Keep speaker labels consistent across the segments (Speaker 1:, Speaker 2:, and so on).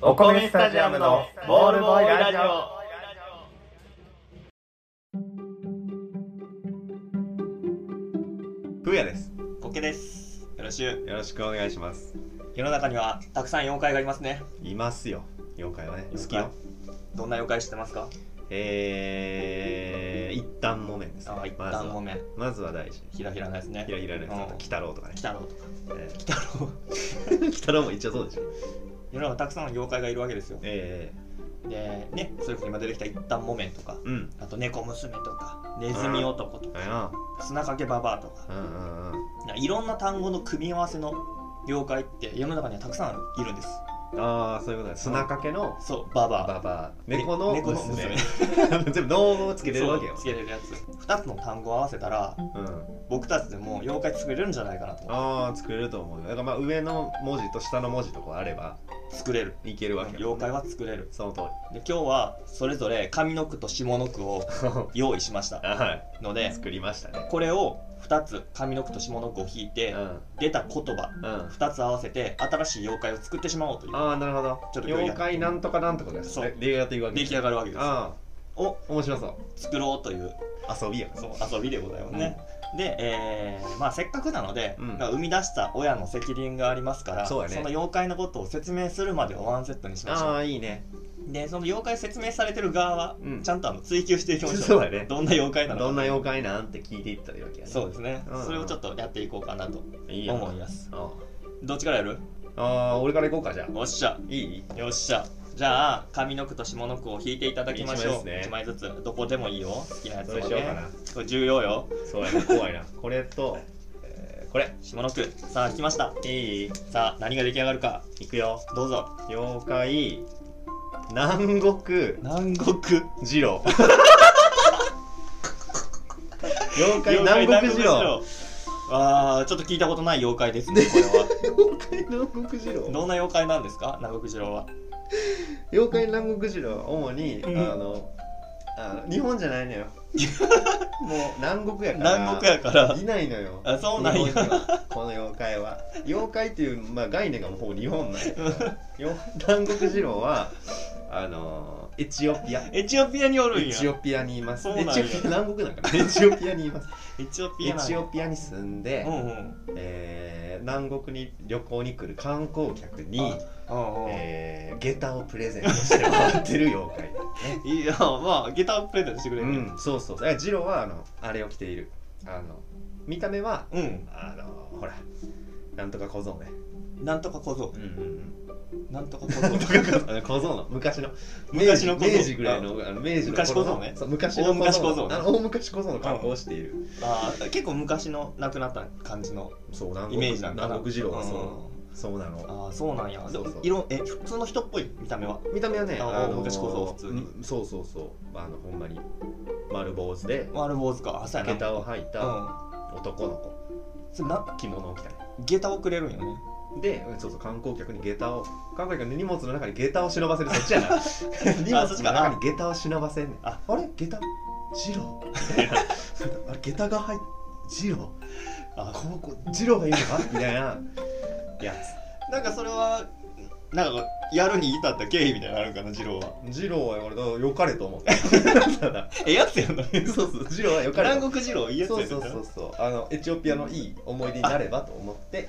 Speaker 1: お米スタジアムのボールボーイラジオ
Speaker 2: ふうやです
Speaker 3: コケです。よろしゅう。
Speaker 2: よろしくお願いします
Speaker 3: 世の中にはたくさん妖怪がいますね。
Speaker 2: いますよ妖怪はね好
Speaker 3: 妖
Speaker 2: き
Speaker 3: 怪
Speaker 2: よ
Speaker 3: どんな妖怪知ってますか
Speaker 2: えー、一旦もめんですね
Speaker 3: ああ、一
Speaker 2: まず
Speaker 3: 旦
Speaker 2: は
Speaker 3: ごめん。
Speaker 2: まずは大事
Speaker 3: ひらひらのやつね
Speaker 2: ひ。らひらのやつあと
Speaker 3: うん
Speaker 2: 鬼太郎とかね
Speaker 3: 鬼太郎とか。
Speaker 2: え
Speaker 3: 鬼太郎。
Speaker 2: ー鬼太郎も一応そうでしょ
Speaker 3: 世の中たくさんの妖怪がいるわけですよ。
Speaker 2: え
Speaker 3: で、ね、それこそ今出てきた一旦もめんとか、
Speaker 2: ー、うん
Speaker 3: あと猫娘とか、ネズミ男と
Speaker 2: あ
Speaker 3: か、
Speaker 2: れな
Speaker 3: 砂かけババアとか
Speaker 2: う、んうんうん
Speaker 3: いろんな単語の組み合わせの妖怪って世の中にはたくさんいるんです。
Speaker 2: ああそういうことだ砂かけの
Speaker 3: そう、ババア。
Speaker 2: ババア猫の
Speaker 3: 猫の
Speaker 2: 娘
Speaker 3: 娘
Speaker 2: 全部脳をつけてるわけよ
Speaker 3: そうつけれるやつ。二つの単語を合わせたら、
Speaker 2: うん、
Speaker 3: 僕たちでも妖怪作れるんじゃないかなと思って
Speaker 2: ああ作れると思うよだからまあ上の文字と下の文字とかあれば
Speaker 3: 作れる
Speaker 2: いけるわけよ
Speaker 3: 妖怪は作れる
Speaker 2: その通
Speaker 3: で今日はそれぞれ上の句と下の句を
Speaker 2: り
Speaker 3: 用意しました
Speaker 2: は
Speaker 3: の
Speaker 2: い
Speaker 3: で
Speaker 2: 作りましたね
Speaker 3: これを2つ上の句と下の句を引いて
Speaker 2: うん
Speaker 3: 出た言葉
Speaker 2: うん
Speaker 3: 2つ合わせて新しい妖怪を作ってしまおうという
Speaker 2: ああなるほど
Speaker 3: ちょっと
Speaker 2: 妖怪なんとかなんとかです
Speaker 3: そう
Speaker 2: 出来上がっていくわけ
Speaker 3: 出来上がるわけです
Speaker 2: あ
Speaker 3: を
Speaker 2: あ面白そう
Speaker 3: 作ろうという
Speaker 2: 遊びや
Speaker 3: そう遊びでございますね、で、えーまあ、せっかくなので、
Speaker 2: うん
Speaker 3: まあ生み出した親の責任がありますから
Speaker 2: そうやね
Speaker 3: の妖怪のことを説明するまでをワンセットにしましょう
Speaker 2: ああいいね
Speaker 3: でその妖怪説明されてる側は、
Speaker 2: うん
Speaker 3: ちゃんとあの追求していきましょう
Speaker 2: そうだね
Speaker 3: どんな妖怪なのか
Speaker 2: どんな妖怪なんって聞いていったらいいわけやね
Speaker 3: そうですね、
Speaker 2: うんうん
Speaker 3: それをちょっとやっていこうかなと
Speaker 2: いいや
Speaker 3: 思います
Speaker 2: あ
Speaker 3: どっちからやる
Speaker 2: ああー俺から行こうかじゃあ
Speaker 3: おっしゃ
Speaker 2: いい
Speaker 3: よっしゃじゃあ上の句と下の句を引いていただきましょう
Speaker 2: 一枚ですね
Speaker 3: 一ずつどこでもいいよ好きなやつ
Speaker 2: そ
Speaker 3: をね
Speaker 2: れしようかな
Speaker 3: これ重要よ
Speaker 2: そうやな怖いな これとえーこれ
Speaker 3: 下の句さあ引きました
Speaker 2: いい
Speaker 3: さあ何が出来上がるか
Speaker 2: いくよ
Speaker 3: どうぞ
Speaker 2: 妖怪南国
Speaker 3: 南国
Speaker 2: 二 郎妖怪南国二郎
Speaker 3: あーちょっと聞いたことない妖怪ですねこれ は
Speaker 2: 妖怪南国二郎
Speaker 3: どんな妖怪なんですか南国次郎は
Speaker 2: 妖怪南国次郎は主に、
Speaker 3: うん
Speaker 2: あのあの日本じゃないの よもう南国やから
Speaker 3: 南国やから
Speaker 2: いないのよ
Speaker 3: あそうなんや
Speaker 2: 日本にはこの妖怪は妖怪っていう、まあ、概念がもう日本なんや けどよ南国次郎はあのエチオピア
Speaker 3: エチオピアにおるんや
Speaker 2: エチオピアにいます
Speaker 3: そう
Speaker 2: エ
Speaker 3: なんや
Speaker 2: チオピア南国なんかなエチオピアにいます
Speaker 3: エチオピ
Speaker 2: エ
Speaker 3: アなん
Speaker 2: チ
Speaker 3: や
Speaker 2: オピアに住んで、
Speaker 3: うんうん
Speaker 2: えー南国に旅行に来る観光客に、
Speaker 3: うんうん
Speaker 2: えー、下駄をプレゼントして回ってる妖怪
Speaker 3: いやまあゲタをプレゼントしてくれる
Speaker 2: うん、そうそうそう。ジローはあのあれを着ている。あの見た目は
Speaker 3: うん、
Speaker 2: あのほらなんとか小僧ね。
Speaker 3: なんとか小僧
Speaker 2: うんうん
Speaker 3: なんとか小
Speaker 2: うん。
Speaker 3: 僧
Speaker 2: あの小僧の 昔の
Speaker 3: 昔の小僧
Speaker 2: 明治ぐらいのあの明治の頃の
Speaker 3: 昔小僧ね
Speaker 2: そう昔の
Speaker 3: 大昔小僧ね
Speaker 2: あの大昔小僧の格好をしている。
Speaker 3: あー結構昔の亡くなった感じの
Speaker 2: そう南
Speaker 3: イメージなんかな
Speaker 2: 南国ジローは
Speaker 3: うん
Speaker 2: そうなの。そうなの。
Speaker 3: ああそうなんやで
Speaker 2: そうそう
Speaker 3: 色え普通の人っぽい見た目は
Speaker 2: 見た目はね、
Speaker 3: あ
Speaker 2: あの
Speaker 3: 大昔小僧普通に
Speaker 2: うんそうそうそう。あのほんまに丸坊主で
Speaker 3: 丸坊主か朝やな
Speaker 2: 下駄を履いた
Speaker 3: う
Speaker 2: 男の子
Speaker 3: んそれな
Speaker 2: 着物を着たり。
Speaker 3: ゲタをくれるんよね
Speaker 2: で、そうそう、観光客に下駄を、観光客の荷物の中に下駄を忍ばせる、そっち やな。 荷物の中に下駄を忍ばせんねん。あ
Speaker 3: あ
Speaker 2: れ下駄ジローみたいな。あれ下駄が入っジロー
Speaker 3: あ
Speaker 2: この子、ジローがいるのか みたいなや
Speaker 3: なんかそれはなんかやるに至った経緯みたいなのあるんかな次郎は
Speaker 2: つ。ジローは俺と良かれと思って。 ただ、
Speaker 3: えやつや んな
Speaker 2: そうそう、ジローは良かれと思
Speaker 3: 南
Speaker 2: っ
Speaker 3: 国次郎いい
Speaker 2: て。
Speaker 3: やつ
Speaker 2: そ
Speaker 3: や
Speaker 2: うそう
Speaker 3: ねん
Speaker 2: そ
Speaker 3: な
Speaker 2: うそうあのエチオピアのいい思い出になればと思って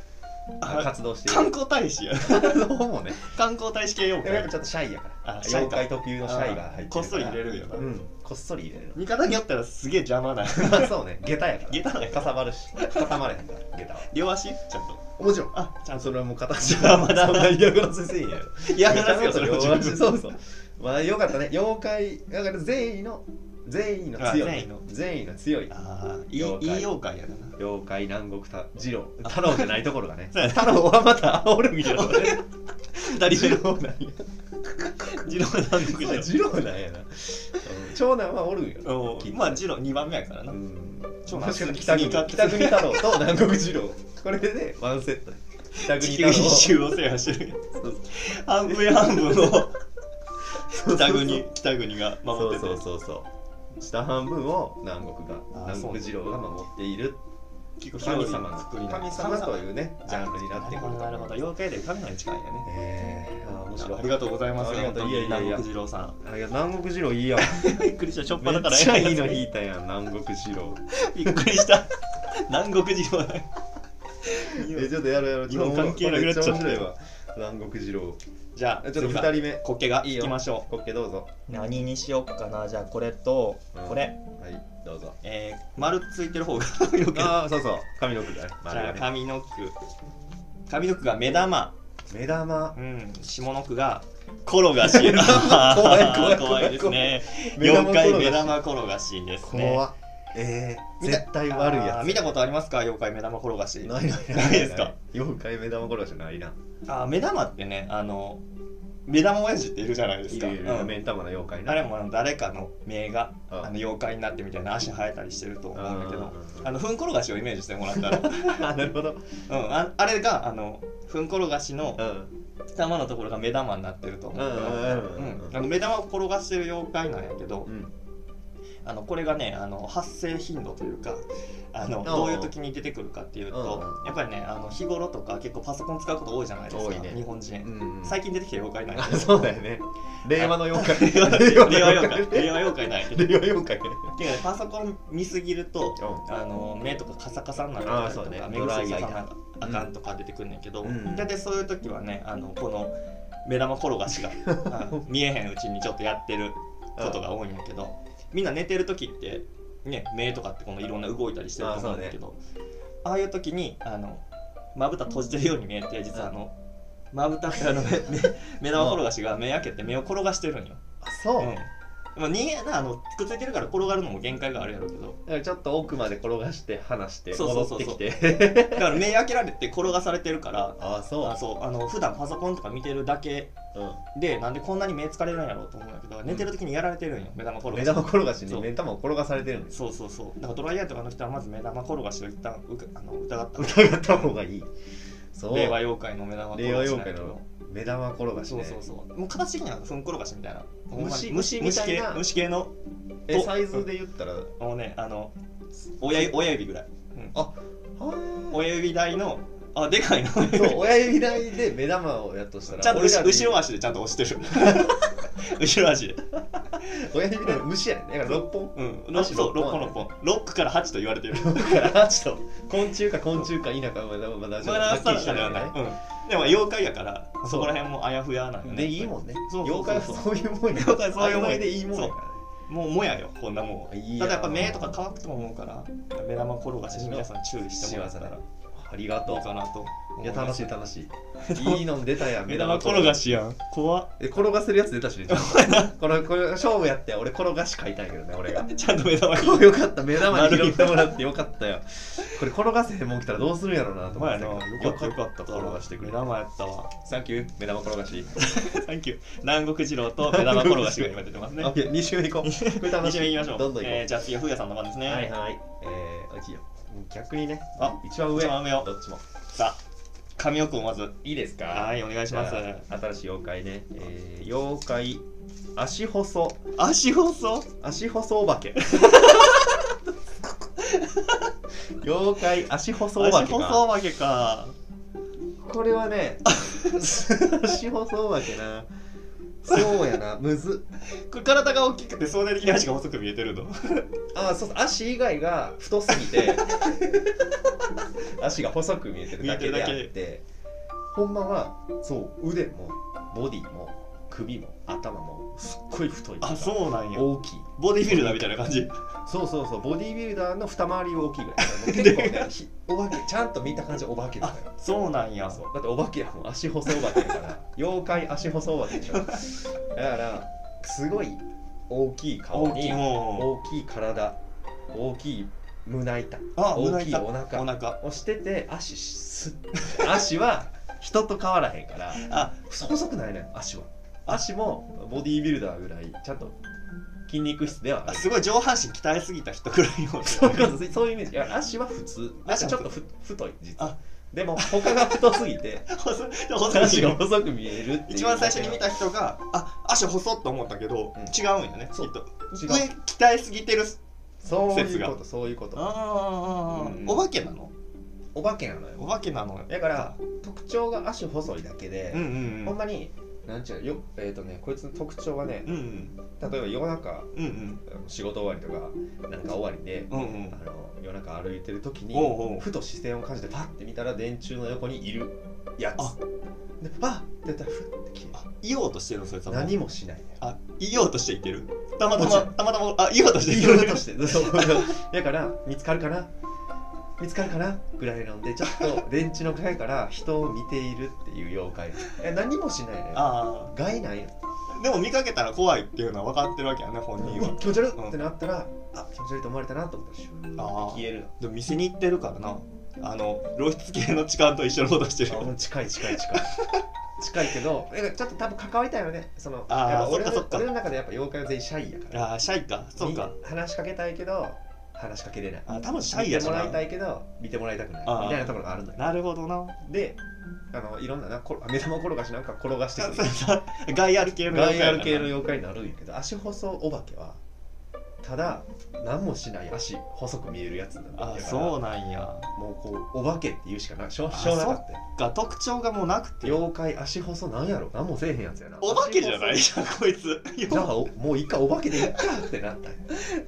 Speaker 2: あの
Speaker 3: あ
Speaker 2: 活動してい
Speaker 3: 観
Speaker 2: る
Speaker 3: 光大使や
Speaker 2: 方もね
Speaker 3: 観光大使系妖
Speaker 2: でもやっぱ
Speaker 3: 怪
Speaker 2: ちょっとシャイやから
Speaker 3: あシャイ
Speaker 2: 妖
Speaker 3: か
Speaker 2: 怪特有のシャイが入ってるから
Speaker 3: こっそり入れるんやな
Speaker 2: うんこっそり入れる
Speaker 3: 見方によったらすげえ邪魔 だ
Speaker 2: まあ そうね、下駄やから。
Speaker 3: 下駄だよ
Speaker 2: かさばるし、かさまれへんから、下駄は。
Speaker 3: 両足ちゃんと
Speaker 2: もちろん。
Speaker 3: あちゃんと
Speaker 2: それはもう形
Speaker 3: 邪魔だ
Speaker 2: そんな嫌がらせせんやろ。
Speaker 3: 嫌がらせよそれは
Speaker 2: は
Speaker 3: 自分
Speaker 2: そうそう。まあよかったね、妖怪、だから善意の、善意の強い。
Speaker 3: あ善意の
Speaker 2: 善意の強い。
Speaker 3: ああいいいい
Speaker 2: 妖怪
Speaker 3: 妖怪やな
Speaker 2: 妖怪南国た二郎太郎じゃないところがね
Speaker 3: そうやね
Speaker 2: 太郎はまた煽るみたいなことね
Speaker 3: 二人
Speaker 2: 二
Speaker 3: 目の
Speaker 2: 郎なんや
Speaker 3: 次郎南国次 郎
Speaker 2: 二郎なんやなうん長男はおるんよ
Speaker 3: おうまあ次郎2番目やからな、
Speaker 2: うん
Speaker 3: 長
Speaker 2: も
Speaker 3: 男
Speaker 2: しかしたら北国北
Speaker 3: 北
Speaker 2: 国
Speaker 3: 国
Speaker 2: 太郎と南国二郎これでワンセット北国
Speaker 3: 地
Speaker 2: 太
Speaker 3: 球
Speaker 2: 郎
Speaker 3: 一周を制覇してる半分半分を北国北国が守
Speaker 2: そう
Speaker 3: ってて
Speaker 2: そうそうそう下半分を南国が
Speaker 3: あー
Speaker 2: 南国二郎が守っている
Speaker 3: 結構広
Speaker 2: 神
Speaker 3: い
Speaker 2: 様
Speaker 3: 作り
Speaker 2: の
Speaker 3: な
Speaker 2: 神様というねジャンルになってくる
Speaker 3: なるほどなるほど妖怪で神の近いよね
Speaker 2: ええ
Speaker 3: あ面白いありがとうございます
Speaker 2: ありがとう
Speaker 3: 本当
Speaker 2: い
Speaker 3: に
Speaker 2: やいやいや
Speaker 3: 南国二郎さん
Speaker 2: いや南国二郎 いいやん
Speaker 3: びっくりしたしょっぱ
Speaker 2: め
Speaker 3: だ
Speaker 2: っ
Speaker 3: から
Speaker 2: ちゃいいの引いたやん南国二郎
Speaker 3: びっくりした南国二郎
Speaker 2: えちょっとやろうやろう
Speaker 3: 日本関係なくなっちゃった
Speaker 2: めっ面白いわ南国二郎
Speaker 3: じゃあ
Speaker 2: えちょっと
Speaker 3: 次
Speaker 2: 二
Speaker 3: は
Speaker 2: 人目
Speaker 3: コケがいきましょ
Speaker 2: オッケーどうぞ
Speaker 3: う何にしよっかなじゃあこれと
Speaker 2: うん
Speaker 3: これ
Speaker 2: はいどうぞ
Speaker 3: えー丸ついてる方が 髪の毛じゃ
Speaker 2: ああそうそう髪の毛だね丸
Speaker 3: あ
Speaker 2: がね
Speaker 3: 髪の毛髪の毛が目玉
Speaker 2: 目玉
Speaker 3: うん、下の句が転がし。あ ー
Speaker 2: 怖い怖い怖い
Speaker 3: 怖いですね。
Speaker 2: 目玉
Speaker 3: 妖
Speaker 2: 転がし
Speaker 3: 怪目玉転がしですね。
Speaker 2: 怖っえー
Speaker 3: 見た
Speaker 2: 絶対悪い
Speaker 3: あ
Speaker 2: や
Speaker 3: ー
Speaker 2: つ
Speaker 3: 見たことありますか妖怪目玉転がし。
Speaker 2: ないない
Speaker 3: ないですか
Speaker 2: 妖怪目玉殺しないな
Speaker 3: あー目玉ってね、あの、目玉親父っているじゃないです
Speaker 2: い
Speaker 3: か。
Speaker 2: るいる
Speaker 3: うん
Speaker 2: 目ん玉の妖怪な
Speaker 3: あれもあの誰かの目が
Speaker 2: うん
Speaker 3: あの妖怪になってみたいな足生えたりしてると思うんだけど
Speaker 2: うんうんう、ん
Speaker 3: あの、ふん転がしをイメージしても らったら、うん、
Speaker 2: あなるほど
Speaker 3: ああれが、あの、ふん転がしの
Speaker 2: うん
Speaker 3: 頭のところが目玉になってると思うけど、
Speaker 2: うんうんうんうん
Speaker 3: うんあの目玉を転がしてる妖怪なんやけど、
Speaker 2: うん
Speaker 3: あのこれがねあの発生頻度というかあの
Speaker 2: ん
Speaker 3: どういう時に出てくるかっていうと
Speaker 2: うんうん
Speaker 3: やっぱりねあの日頃とか結構パソコン使うこと多いじゃないです
Speaker 2: 多
Speaker 3: か、
Speaker 2: いね
Speaker 3: 日本人、
Speaker 2: うんうん
Speaker 3: 最近出てきた妖怪なん
Speaker 2: あ
Speaker 3: やけど
Speaker 2: そうだよね令和の妖怪
Speaker 3: 令和
Speaker 2: 令
Speaker 3: 令
Speaker 2: 和
Speaker 3: 和
Speaker 2: 妖
Speaker 3: 妖
Speaker 2: 怪
Speaker 3: 怪令和妖怪なんやけど
Speaker 2: 令和妖怪
Speaker 3: っていうかねパソコン見すぎると
Speaker 2: う
Speaker 3: あの目とかカサカサになる
Speaker 2: あー
Speaker 3: と
Speaker 2: そう
Speaker 3: か、
Speaker 2: ね
Speaker 3: 目
Speaker 2: ドラ
Speaker 3: 薬
Speaker 2: イア
Speaker 3: さ
Speaker 2: イ
Speaker 3: さなあかんとか出てくるんだけど、
Speaker 2: うん
Speaker 3: 大体そういう時はねあのこの目玉転がしがあの見えへんうちにちょっとやってることが多いんやけどみんな寝てる時って、ね、目とかってこのいろんな動いたりしてると思うんだけどああ,、いう時にあのまぶた閉じてるように見えて実はあの。まぶたあの目目目玉転がしが目開けて目を転がしてるんよ。。
Speaker 2: あそううん
Speaker 3: まあ人間なあのくっついてるから転がるのも限界があるやろうけど、
Speaker 2: だからちょっと奥まで転がして離して
Speaker 3: そうそう
Speaker 2: 戻
Speaker 3: そ
Speaker 2: っ
Speaker 3: う
Speaker 2: て
Speaker 3: そ
Speaker 2: き
Speaker 3: う
Speaker 2: て
Speaker 3: だから目開けられて転がされてるから
Speaker 2: あそ
Speaker 3: あそうあの普段パソコンとか見てるだけ
Speaker 2: ううん
Speaker 3: でなんでこんなに目疲れるんやろうと思うんだけど寝てる時にやられてるんよ目玉転が
Speaker 2: 目
Speaker 3: し
Speaker 2: 玉転がしに
Speaker 3: そう
Speaker 2: 目玉を転がされてるんです
Speaker 3: そうそうそうだからドライヤーとかの人はまず目玉転がしを一旦うかあの疑った
Speaker 2: 疑った方がいいそう
Speaker 3: 令和妖怪の目玉転
Speaker 2: 令和
Speaker 3: がし
Speaker 2: 妖
Speaker 3: なんや
Speaker 2: 怪
Speaker 3: けど
Speaker 2: の目玉転がし
Speaker 3: そ
Speaker 2: ね
Speaker 3: うそうそうもう形的にはふん転がしみたいなほんまに
Speaker 2: 虫
Speaker 3: 虫
Speaker 2: 虫
Speaker 3: 虫
Speaker 2: みたい
Speaker 3: 系
Speaker 2: な
Speaker 3: 虫系の
Speaker 2: え
Speaker 3: と
Speaker 2: サイズで言ったらは
Speaker 3: もうねあの親親指ぐらい、うん
Speaker 2: あー
Speaker 3: 親指大のあでかいな
Speaker 2: そう親指台で目玉をやっとしたら
Speaker 3: ちゃんと
Speaker 2: 俺ら
Speaker 3: 後
Speaker 2: に
Speaker 3: 後ろ足でちゃんと押してる 後ろ足で
Speaker 2: 親指台虫やねだから6本
Speaker 3: うん、ロックそう、ロッコロッコ。ロックから8と言われてる。
Speaker 2: だからちょっと昆虫か昆虫か否かはまだまだちょっと
Speaker 3: まだ
Speaker 2: はっきり
Speaker 3: 定
Speaker 2: し
Speaker 3: か
Speaker 2: て
Speaker 3: で
Speaker 2: な
Speaker 3: はいない。
Speaker 2: ね
Speaker 3: うん。でも妖怪やから、
Speaker 2: そう
Speaker 3: そこら辺もあやふやなんよね。
Speaker 2: でいいもんね
Speaker 3: そうそうそう
Speaker 2: 妖怪はそういうもんや
Speaker 3: 妖怪そういうもん
Speaker 2: 曖昧でいいもんやからね
Speaker 3: もうもやよ、こんなもん。
Speaker 2: いや
Speaker 3: ただやっぱ目とか乾くと思うから、目玉転がしに皆さん注意してもらったらい
Speaker 2: ありがと
Speaker 3: いか
Speaker 2: う
Speaker 3: なと。
Speaker 2: いや楽しい。楽しいいいの出たやん
Speaker 3: 目玉転が
Speaker 2: し
Speaker 3: しやん。怖っ。
Speaker 2: え転がせるやつ出たしね これこれ勝負やって俺転がし買いたいけどね俺が
Speaker 3: ちゃんと目玉に。
Speaker 2: こうよかった目玉に拾ってもらってよかったよこれ転がせへんもん来たらどうするんやろうなと
Speaker 3: お
Speaker 2: 思っ
Speaker 3: 前
Speaker 2: て
Speaker 3: やな、よ
Speaker 2: よ
Speaker 3: か
Speaker 2: か
Speaker 3: ったよかった。
Speaker 2: った転がしてくれ
Speaker 3: 目
Speaker 2: た
Speaker 3: 玉やったわ。
Speaker 2: サンキュー目玉転がし
Speaker 3: サンキュー。南国二郎と目玉転がしが今出てますね
Speaker 2: あ。いや2周目 行こうこれ楽
Speaker 3: 二
Speaker 2: しい
Speaker 3: 周目いきましょう。
Speaker 2: どんどん行こう、
Speaker 3: えーじゃあ次はふうやさんの番ですね。
Speaker 2: はいはいえー、あいいよ逆にね
Speaker 3: あ
Speaker 2: 一番上
Speaker 3: 一番上を
Speaker 2: どっちも
Speaker 3: さあ、神尾くんをまず。
Speaker 2: いいですか
Speaker 3: はい、お願いします
Speaker 2: じ。ゃあ新しい妖怪ね、えー、妖怪足細
Speaker 3: 足細
Speaker 2: 足細お化 け妖怪足細お化
Speaker 3: 足
Speaker 2: けか
Speaker 3: 細お化けか。
Speaker 2: これはね 足細お化けなそうやなむず
Speaker 3: これ体が大きくて相対的に足が細く見えてるの。
Speaker 2: あそうそう足以外が太すぎ て足が細く見えてるだけであっ
Speaker 3: 見え
Speaker 2: てほんまはそう腕もボディも首も頭もすっごい太い
Speaker 3: あ、そうなんや。
Speaker 2: 大きい
Speaker 3: ボディビルダーみたいな感じ。
Speaker 2: そうそうそうボディービルダーの二回り大きいぐらいもう結構ね ひお化けちゃんと見た感じお化けだよ
Speaker 3: そうなんや。
Speaker 2: そうだってお化けやもん足細お化けやから 妖怪足細お化けでしょだからすごい大きい顔
Speaker 3: 大き
Speaker 2: に
Speaker 3: いも
Speaker 2: 大きい体大きい胸板
Speaker 3: う。あ、
Speaker 2: 大きい
Speaker 3: 胸板
Speaker 2: お腹
Speaker 3: お腹。
Speaker 2: をしてて足す足は人と変わらへんから
Speaker 3: あ、
Speaker 2: 細くないね足は足もボディービルダーぐらいちゃんと筋肉質ではな
Speaker 3: あ
Speaker 2: い
Speaker 3: すごい上半身鍛えすぎた人くらいよ。
Speaker 2: そういうことそういうイメージいや足は普通なんかちょっとふ太い実は
Speaker 3: あ
Speaker 2: でも他が太すぎて
Speaker 3: 細
Speaker 2: 足が
Speaker 3: 細い。
Speaker 2: 細く見えるっていう
Speaker 3: 一番最初に見た人が、あ、足細っと思ったけど、
Speaker 2: うん
Speaker 3: 違うんよね。
Speaker 2: そう
Speaker 3: きっと
Speaker 2: 違う
Speaker 3: 上鍛えすぎてる
Speaker 2: そうい
Speaker 3: 説
Speaker 2: うこ
Speaker 3: が
Speaker 2: とそういうこと
Speaker 3: ああ、
Speaker 2: うん
Speaker 3: お化けなの
Speaker 2: お化けなのよ
Speaker 3: お化けなのよ
Speaker 2: だから特徴が足細いだけで
Speaker 3: う、んうんう
Speaker 2: ほん
Speaker 3: ん
Speaker 2: まになんちゅうよえっ、とねこいつの特徴はね
Speaker 3: うんうん
Speaker 2: 例えば夜中
Speaker 3: うんうん
Speaker 2: 仕事終わりとかなんか終わりで、
Speaker 3: うんう
Speaker 2: あ
Speaker 3: ん
Speaker 2: の夜中歩いてる時に
Speaker 3: おうおう
Speaker 2: ふと視線を感じてパッて見たら電柱の横にいるやつ
Speaker 3: あ
Speaker 2: でパッてやったらふって消える
Speaker 3: あ言おうとしてるのそれとも
Speaker 2: 何もしないのよ
Speaker 3: あ言おうとして言ってるたまた
Speaker 2: もち
Speaker 3: ま
Speaker 2: ろ
Speaker 3: たまたまあ言おうとして
Speaker 2: いろいろと
Speaker 3: て
Speaker 2: してそうだから見つかるかな見つかるかなぐらいなんでちょっと電池の陰から人を見ているっていう妖怪え何もしないのよ
Speaker 3: あ
Speaker 2: 害ないの
Speaker 3: あでも見かけたら怖いっていうのは分かってるわけやね本人
Speaker 2: うわ
Speaker 3: は
Speaker 2: 気持ち悪いってなったら、あ気持ち悪いと思われたなと思ったらシューって
Speaker 3: ああ
Speaker 2: 消えるの
Speaker 3: でも店に行ってるからなあの露出系の痴漢と一緒のことしてる
Speaker 2: あもう近い近い近い近いけどなんかちょっと多分関わりたいよねその
Speaker 3: あー
Speaker 2: やっぱ俺の
Speaker 3: そっかそっか
Speaker 2: 俺の中でやっぱ妖怪は全員シャイやから
Speaker 3: ああシャイかそうか
Speaker 2: み話しかけたいけど話しかけれない
Speaker 3: あ多分シャイや
Speaker 2: 見
Speaker 3: して
Speaker 2: もらいた
Speaker 3: ない
Speaker 2: けど見てもらいたくない
Speaker 3: あー
Speaker 2: みたいなところがあるんだよ
Speaker 3: なるほどな
Speaker 2: であのいろんななこ目玉転がしなんか転がしてくる
Speaker 3: ガイアル系の
Speaker 2: ガイアル
Speaker 3: 妖怪
Speaker 2: 系
Speaker 3: や
Speaker 2: の
Speaker 3: な
Speaker 2: 妖怪になるんやけど足細お化けはただ何もしない足細く見えるやつなんだ
Speaker 3: あそう
Speaker 2: う
Speaker 3: なんや
Speaker 2: もうこうお化けって言うしかないしょう
Speaker 3: あ
Speaker 2: しょうがなかったよ
Speaker 3: が特徴がもうなくて
Speaker 2: 妖怪足細なんやろ何もせえへんやつやな
Speaker 3: お化けじゃない
Speaker 2: 足
Speaker 3: じゃんこいつ
Speaker 2: 細じゃあおもう一回お化けでいっかってなったん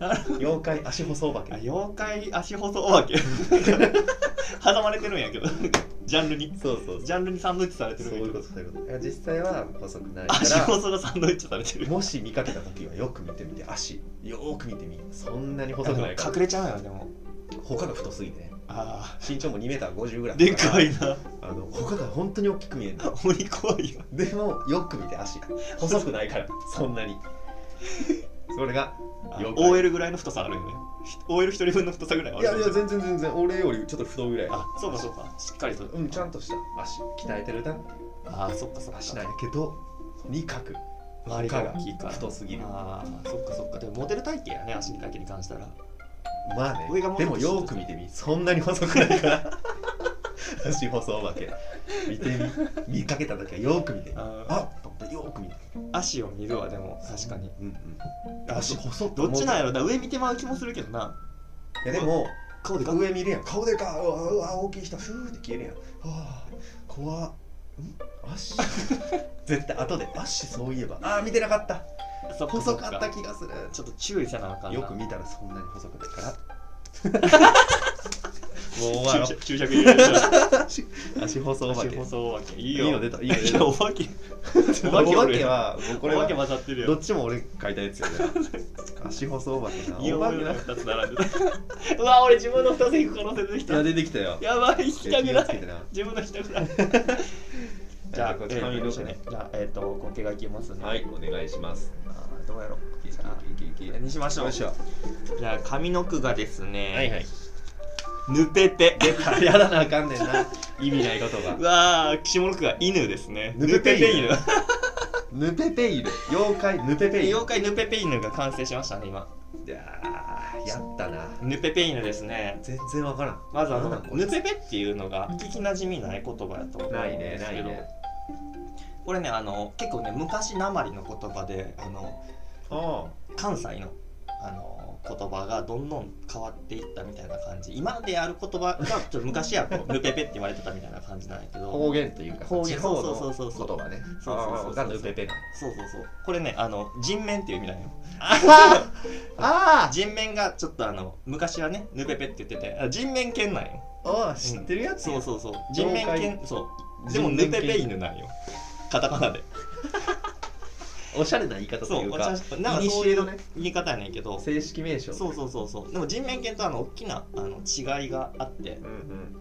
Speaker 2: や妖怪足細お化け
Speaker 3: あ妖怪足細お化け 挟まれてるんやけどジャンルに
Speaker 2: そうそう
Speaker 3: ジャンルにサンドイッチされて
Speaker 2: そうい
Speaker 3: るんや
Speaker 2: う
Speaker 3: け
Speaker 2: こ
Speaker 3: ど
Speaker 2: とそういうこと実際は細くないか
Speaker 3: 足
Speaker 2: ら
Speaker 3: 細がサンドイッチされてる
Speaker 2: もし見かけた時はよく見てみて足よーく見てみそんなに細くないから
Speaker 3: 隠れちゃうよでも
Speaker 2: 他が太すぎてね
Speaker 3: あ
Speaker 2: 身長も 2m50 ぐら
Speaker 3: あ
Speaker 2: い
Speaker 3: でか
Speaker 2: い
Speaker 3: いな
Speaker 2: あの他が本当に大きく見えるの
Speaker 3: 鬼怖いよ
Speaker 2: でもよく見て足細くないからそんなにそれが
Speaker 3: あ
Speaker 2: 妖怪
Speaker 3: OL ぐらいの太さあるよね OL 一人分の太さぐらいはいあ
Speaker 2: やい
Speaker 3: る
Speaker 2: や全然全然俺よりちょっと太ぐらい
Speaker 3: あそうかそうかしっかりと
Speaker 2: うんちゃんとした足鍛えてるなっていう
Speaker 3: ああそっかそっか
Speaker 2: 足なんやけどとにかく
Speaker 3: 周りが大きいから
Speaker 2: 太すぎる
Speaker 3: ああそっかそっかでもモデル体型やね足だけに関したら
Speaker 2: まあね
Speaker 3: 上がもうち
Speaker 2: で
Speaker 3: ょっと
Speaker 2: もよく見てみそんなに細くないから 足細お化け見てみ見かけた時はよく見てみ
Speaker 3: あー
Speaker 2: あっと思ってよく見て
Speaker 3: 足を見るわでも確かに
Speaker 2: み、うんうん、
Speaker 3: 足
Speaker 2: 足細っ
Speaker 3: どっちなんや
Speaker 2: ろ
Speaker 3: ろな上見てまう気もするけどない
Speaker 2: やでも
Speaker 3: 顔でかく
Speaker 2: 上見るやん顔でかうわうわ大きい人ふーって消えるやんあー怖っん足 絶対後で足そういえばあー見てなかった
Speaker 3: そっ
Speaker 2: 細かった
Speaker 3: ち
Speaker 2: 気がする
Speaker 3: ょっと注意せなあかんな
Speaker 2: よく見たらそんなに細くないから もう終わろう
Speaker 3: 注射注射入れる
Speaker 2: 足細お化
Speaker 3: 足
Speaker 2: け
Speaker 3: 細お化けい
Speaker 2: い
Speaker 3: いよ
Speaker 2: の出たいい
Speaker 3: い
Speaker 2: の出
Speaker 3: や
Speaker 2: た
Speaker 3: お化け
Speaker 2: お化けは僕こ
Speaker 3: お
Speaker 2: れ
Speaker 3: 化
Speaker 2: は
Speaker 3: け混ざってる
Speaker 2: ど
Speaker 3: よ
Speaker 2: っちも俺書いたや つやね足細お化けな
Speaker 3: 家
Speaker 2: お
Speaker 3: の
Speaker 2: 化
Speaker 3: 上
Speaker 2: け
Speaker 3: の
Speaker 2: な
Speaker 3: 2つ並んでたうわ俺自分の2つ引く可能性出てき
Speaker 2: いや
Speaker 3: た
Speaker 2: 出てきたよ
Speaker 3: やばい引きたく
Speaker 2: 気
Speaker 3: な
Speaker 2: をつけ
Speaker 3: い
Speaker 2: てな
Speaker 3: 自分の引きたくないじゃあ、えーということでねじゃあ、えっ、と、こけがいきますね。
Speaker 2: はい、お願いします
Speaker 3: あーどうやろう。
Speaker 2: い
Speaker 3: じゃあ、
Speaker 2: けいけいけい
Speaker 3: こ
Speaker 2: け
Speaker 3: れにしましょ
Speaker 2: よ
Speaker 3: う。
Speaker 2: いしょ
Speaker 3: じゃあ、上の句がですね、
Speaker 2: はいはい
Speaker 3: ぬぺぺ。
Speaker 2: 出たやらなあかんねんな意味ないことが
Speaker 3: うわー、下の句が犬ですね。
Speaker 2: ぬぺぺ犬
Speaker 3: ぬ
Speaker 2: ぬぺぺいる妖怪ぬぺぺ
Speaker 3: ぺぺ
Speaker 2: い
Speaker 3: 犬
Speaker 2: る
Speaker 3: 妖怪ぬぺぺ犬が完成しましたね、今。
Speaker 2: いやーやったな
Speaker 3: ぬぺぺ犬ですね。
Speaker 2: 全然わからん
Speaker 3: まずあの
Speaker 2: なんだ、これ
Speaker 3: ぬぺぺっていうのが聞きなじみない言葉やと思うん
Speaker 2: ないね
Speaker 3: で
Speaker 2: な
Speaker 3: すけ
Speaker 2: い
Speaker 3: ど、
Speaker 2: ね
Speaker 3: これね、あの、結構ね、昔なまりの言葉で、あの、
Speaker 2: あ
Speaker 3: 関西のあの言葉がどんどん変わっていったみたいな感じ今である言葉がちょっと昔はこう ヌペペって言われてたみたいな感じなんやけ
Speaker 2: あ
Speaker 3: ど
Speaker 2: 方言というか
Speaker 3: 方言
Speaker 2: 地方
Speaker 3: そうそうそうそ
Speaker 2: の言
Speaker 3: う
Speaker 2: 葉ね
Speaker 3: そうそうそうそう
Speaker 2: あーがぬぺぺな
Speaker 3: そうそうそうこれねあの人面っていう意味なんよ
Speaker 2: あ
Speaker 3: 人面がちょっとあの昔はねヌペペって言っててあ人面犬なんよ
Speaker 2: ああ知ってるやつ
Speaker 3: そう
Speaker 2: や
Speaker 3: そうそう人面
Speaker 2: 妖
Speaker 3: 犬そうでもヌペペ犬なんよカタカナで
Speaker 2: おしゃれな言い方と
Speaker 3: そ
Speaker 2: いうう
Speaker 3: お
Speaker 2: か
Speaker 3: 茶しなんかそう
Speaker 2: 古
Speaker 3: い
Speaker 2: のね
Speaker 3: う言い方やねんけど
Speaker 2: 正式名称
Speaker 3: そうそうそうそうでも人面犬とあの大きなあの違いがあって
Speaker 2: うんうん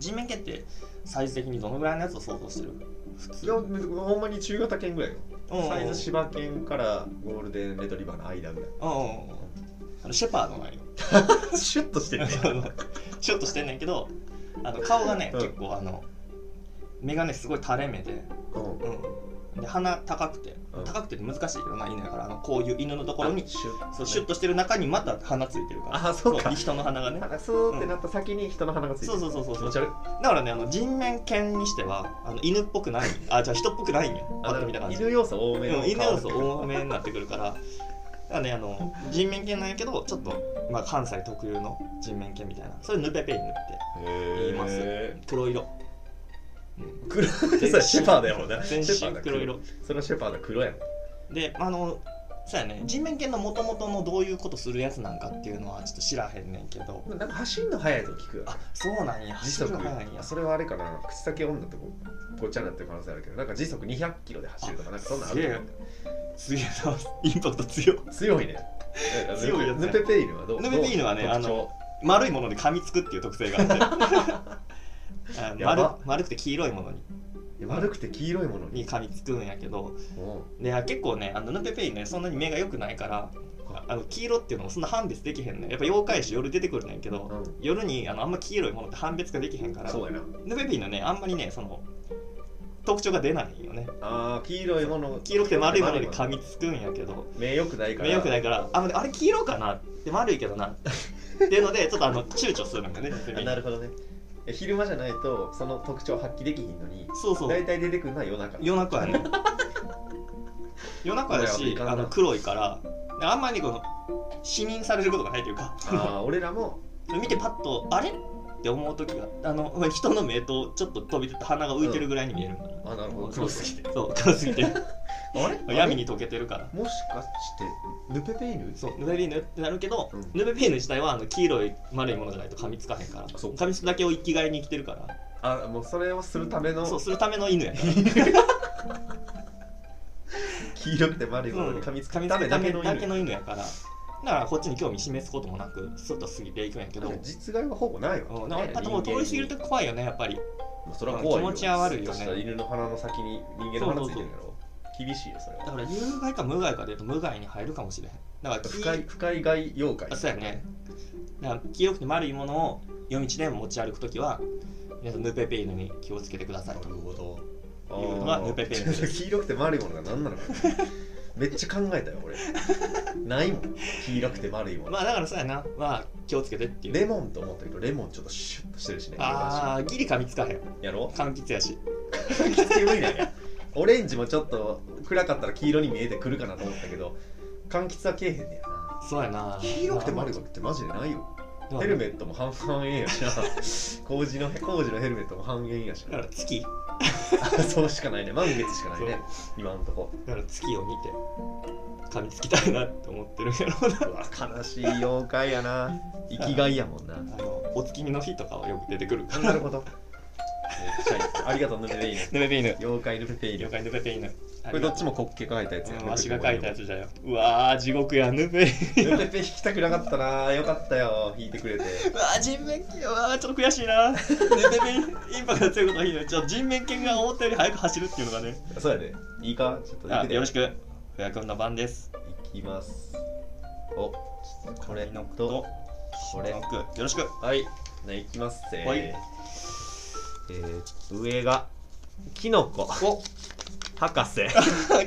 Speaker 3: 人面犬ってサイズ的にどのぐらいのやつを想像してる普
Speaker 2: い
Speaker 3: 通
Speaker 2: やほんまに中型犬ぐらいよ
Speaker 3: うん
Speaker 2: サイズ柴犬からゴールデンレトリバーの間ぐら
Speaker 3: うんうんうんあのシェパードなんよ
Speaker 2: いシュッとしてるね
Speaker 3: ちょっとしてんねんけどあの顔がね、
Speaker 2: うん
Speaker 3: 結構あの眼鏡すごい垂れ目で,、
Speaker 2: うん
Speaker 3: うん、で鼻高くて、
Speaker 2: うん
Speaker 3: 高くてって難しいけどな犬やからあのこういう犬のところに
Speaker 2: シュッ
Speaker 3: そうシュッとしてる中にまた鼻ついてるから
Speaker 2: あそうか
Speaker 3: 人の鼻がね
Speaker 2: なんかスーってなった先に人の鼻がついてる
Speaker 3: そうそうそうそう
Speaker 2: 気持ち悪い
Speaker 3: だからねあの人面犬にしてはあの犬っぽくないあじゃあ人っぽくないんよパッと見た
Speaker 2: あ
Speaker 3: 感じ
Speaker 2: 犬要素多めの
Speaker 3: うん、犬要素多めになってくるからだからねあの人面犬なんやけどちょっと、まあ、関西特有の人面犬みたいなそれぬぺぺに塗って
Speaker 2: 言
Speaker 3: 言います黒色、うん
Speaker 2: 黒それシェパーだよな
Speaker 3: 全
Speaker 2: シェパー
Speaker 3: 身
Speaker 2: だ
Speaker 3: 黒色
Speaker 2: そのシェパーだ黒やもん
Speaker 3: であのそうやね人面犬の元々のどういうことするやつなんかっていうのはちょっと知らへんねんけど
Speaker 2: なんか走るの早いと聞くよ
Speaker 3: あそうなんや
Speaker 2: 時
Speaker 3: 走る
Speaker 2: 速
Speaker 3: の早いんや
Speaker 2: それはあれかな口先女とこごっちゃになってる可能性あるけどなんか時速200キロで走るとかなんかそんなんあ
Speaker 3: すげえ
Speaker 2: る
Speaker 3: すげえなインパクト強い
Speaker 2: 強いね
Speaker 3: 強いやつね
Speaker 2: ヌペペイルはどう
Speaker 3: ヌペペイルはね
Speaker 2: どう
Speaker 3: あの丸いものに噛みつくっていう特性が あってあ
Speaker 2: やば
Speaker 3: 丸丸くて黄色いものに
Speaker 2: 特徴丸くて黄色いものに
Speaker 3: に噛みつくんやけど
Speaker 2: おう
Speaker 3: で結構ねあのヌペペイねそんなに目が良くないからああの黄色っていうのもそんな判別できへんねやっぱ妖怪種夜出てくるねんやけど、
Speaker 2: うん
Speaker 3: 夜にあのあんま黄色いものって判別ができへんから
Speaker 2: そうやな
Speaker 3: ヌペペイのねあんまりねその特徴が出ないよね
Speaker 2: あー黄色いもの
Speaker 3: 黄色くて丸いものに噛みつくんやけど
Speaker 2: 目良くないから
Speaker 3: 目良くないいからああれ黄色かなって丸いけどなっていうのでちょっとあ の躊躇するんだよねヌペペイ
Speaker 2: なるほどねえ昼間じゃないとその特徴発揮できひんのに
Speaker 3: そうそう
Speaker 2: 大体出てくるのは夜中
Speaker 3: 夜中やね 夜中やし
Speaker 2: これは
Speaker 3: あの黒いからであんまりこの視認されることがないというか
Speaker 2: あー俺らも
Speaker 3: 見てパッとあれって思う時があの人の目とちょっと飛び出て鼻が浮いてるぐらいに見えるんだな、
Speaker 2: あなるほど
Speaker 3: そう
Speaker 2: 黒すぎて
Speaker 3: そう黒すぎて
Speaker 2: あれ
Speaker 3: 闇に溶けてるから
Speaker 2: もしかしてヌペペイル
Speaker 3: そうヌベビーヌってなるけど、
Speaker 2: うん
Speaker 3: ヌベビーヌ自体はあの黄色い丸いものじゃないと噛みつかへんか
Speaker 2: あ
Speaker 3: ら
Speaker 2: そう
Speaker 3: 噛みつくだけを生きがいに生きてるから
Speaker 2: あもうそれをするための
Speaker 3: そうするための犬やから
Speaker 2: 黄色くて丸いものに噛みつくためだけの
Speaker 3: だけ
Speaker 2: 犬
Speaker 3: の犬やからだからこっちに興味示すこともなくスッと過ぎていくんやけど
Speaker 2: 実害はほぼないわ
Speaker 3: うん、なんかでも通り過ぎると怖いよねやっぱり
Speaker 2: もうそれは怖いよ
Speaker 3: 気持ちは悪いよね
Speaker 2: そしたら犬の鼻の先に人間の鼻ついてるやろ厳しいよそれ
Speaker 3: だ
Speaker 2: は
Speaker 3: から有害か無害かで言うと無害に入るかもしれへんだから黄
Speaker 2: 深い深い害妖怪
Speaker 3: あそうやねだから黄色くて丸いものを夜道で持ち歩くときは皆さんヌペペイヌに気をつけてくださいと
Speaker 2: ほど
Speaker 3: いうのがヌペペンです
Speaker 2: 黄色くて丸いものが何なのかなめっちゃ考えたよ俺ないもん黄色くて丸いもの、
Speaker 3: まあだからそうやなまあ気をつけてっていう
Speaker 2: レモンと思ったけどレモンちょっとシュッとしてるしね
Speaker 3: あーギリ噛みつかへん
Speaker 2: やろ
Speaker 3: 柑橘やし
Speaker 2: きつい無理なんやオレンジもちょっと暗かったら黄色に見えてくるかなと思ったけど柑橘はけえへんねやな
Speaker 3: そうやな
Speaker 2: 黄色くて丸い
Speaker 3: い
Speaker 2: ものってマジでないよヘルメ
Speaker 3: ッ
Speaker 2: ットも半々円や しな工事の工事のヘルメットも半円やし
Speaker 3: トだか
Speaker 2: な
Speaker 3: ら月
Speaker 2: そうしかないね満月しかないね今んとこ
Speaker 3: だから月を見て噛みつきたいなって思ってるんやろうな
Speaker 2: うわ悲しい妖怪やな生きがいやもんな
Speaker 3: あのお月見の日とかはよく出てくるから
Speaker 2: なるほどめっちゃいいありがとうヌペペイヌ
Speaker 3: ヌペペイヌ
Speaker 2: 妖怪ヌペペイヌ
Speaker 3: 了
Speaker 2: こ
Speaker 3: 解、ヌペペイヌ。
Speaker 2: れどっちも滑稽書いたやつや
Speaker 3: うんわしが書いたやつじゃよ。うわー、地獄や、ヌペイ。
Speaker 2: ヌペペ引きたくなかったなよかったよ引いてくれて
Speaker 3: うわー、人面犬、うわー、ちょっと悔しい な。ヌペペイ、インパクト強いことはいいね。ちょっと人面犬が思ったより早く走るって いうのがね。
Speaker 2: そうやでいいかちょっと行
Speaker 3: あ
Speaker 2: くで
Speaker 3: よろしく。ふやくんの番です。
Speaker 2: いきますおこれ
Speaker 3: の
Speaker 2: と
Speaker 3: と、
Speaker 2: こ
Speaker 3: こ
Speaker 2: れ
Speaker 3: れのく。よろしく。
Speaker 2: はい、ね、いきますせー、
Speaker 3: はい
Speaker 2: えー、上がキノコ
Speaker 3: お
Speaker 2: 博士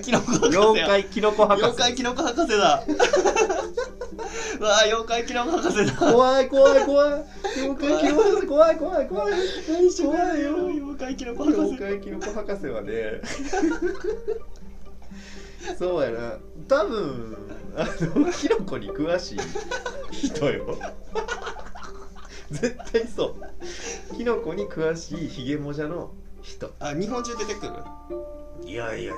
Speaker 3: キノコ博士や。
Speaker 2: 妖怪キノコ博士
Speaker 3: 妖怪キノコ博士 だ。うわー、妖怪キノコ博士だ。
Speaker 2: 怖い怖い怖い妖怪キノコ博士怖い怖い怖い怖いよ
Speaker 3: 妖怪キノコ博
Speaker 2: 妖
Speaker 3: 士。
Speaker 2: 怪キノコ博士はね そうやな多分あのキノコに詳しい人よ絶対そうキノコに詳しいヒゲモジャの人
Speaker 3: あ、日本中出てくる
Speaker 2: いやいやいや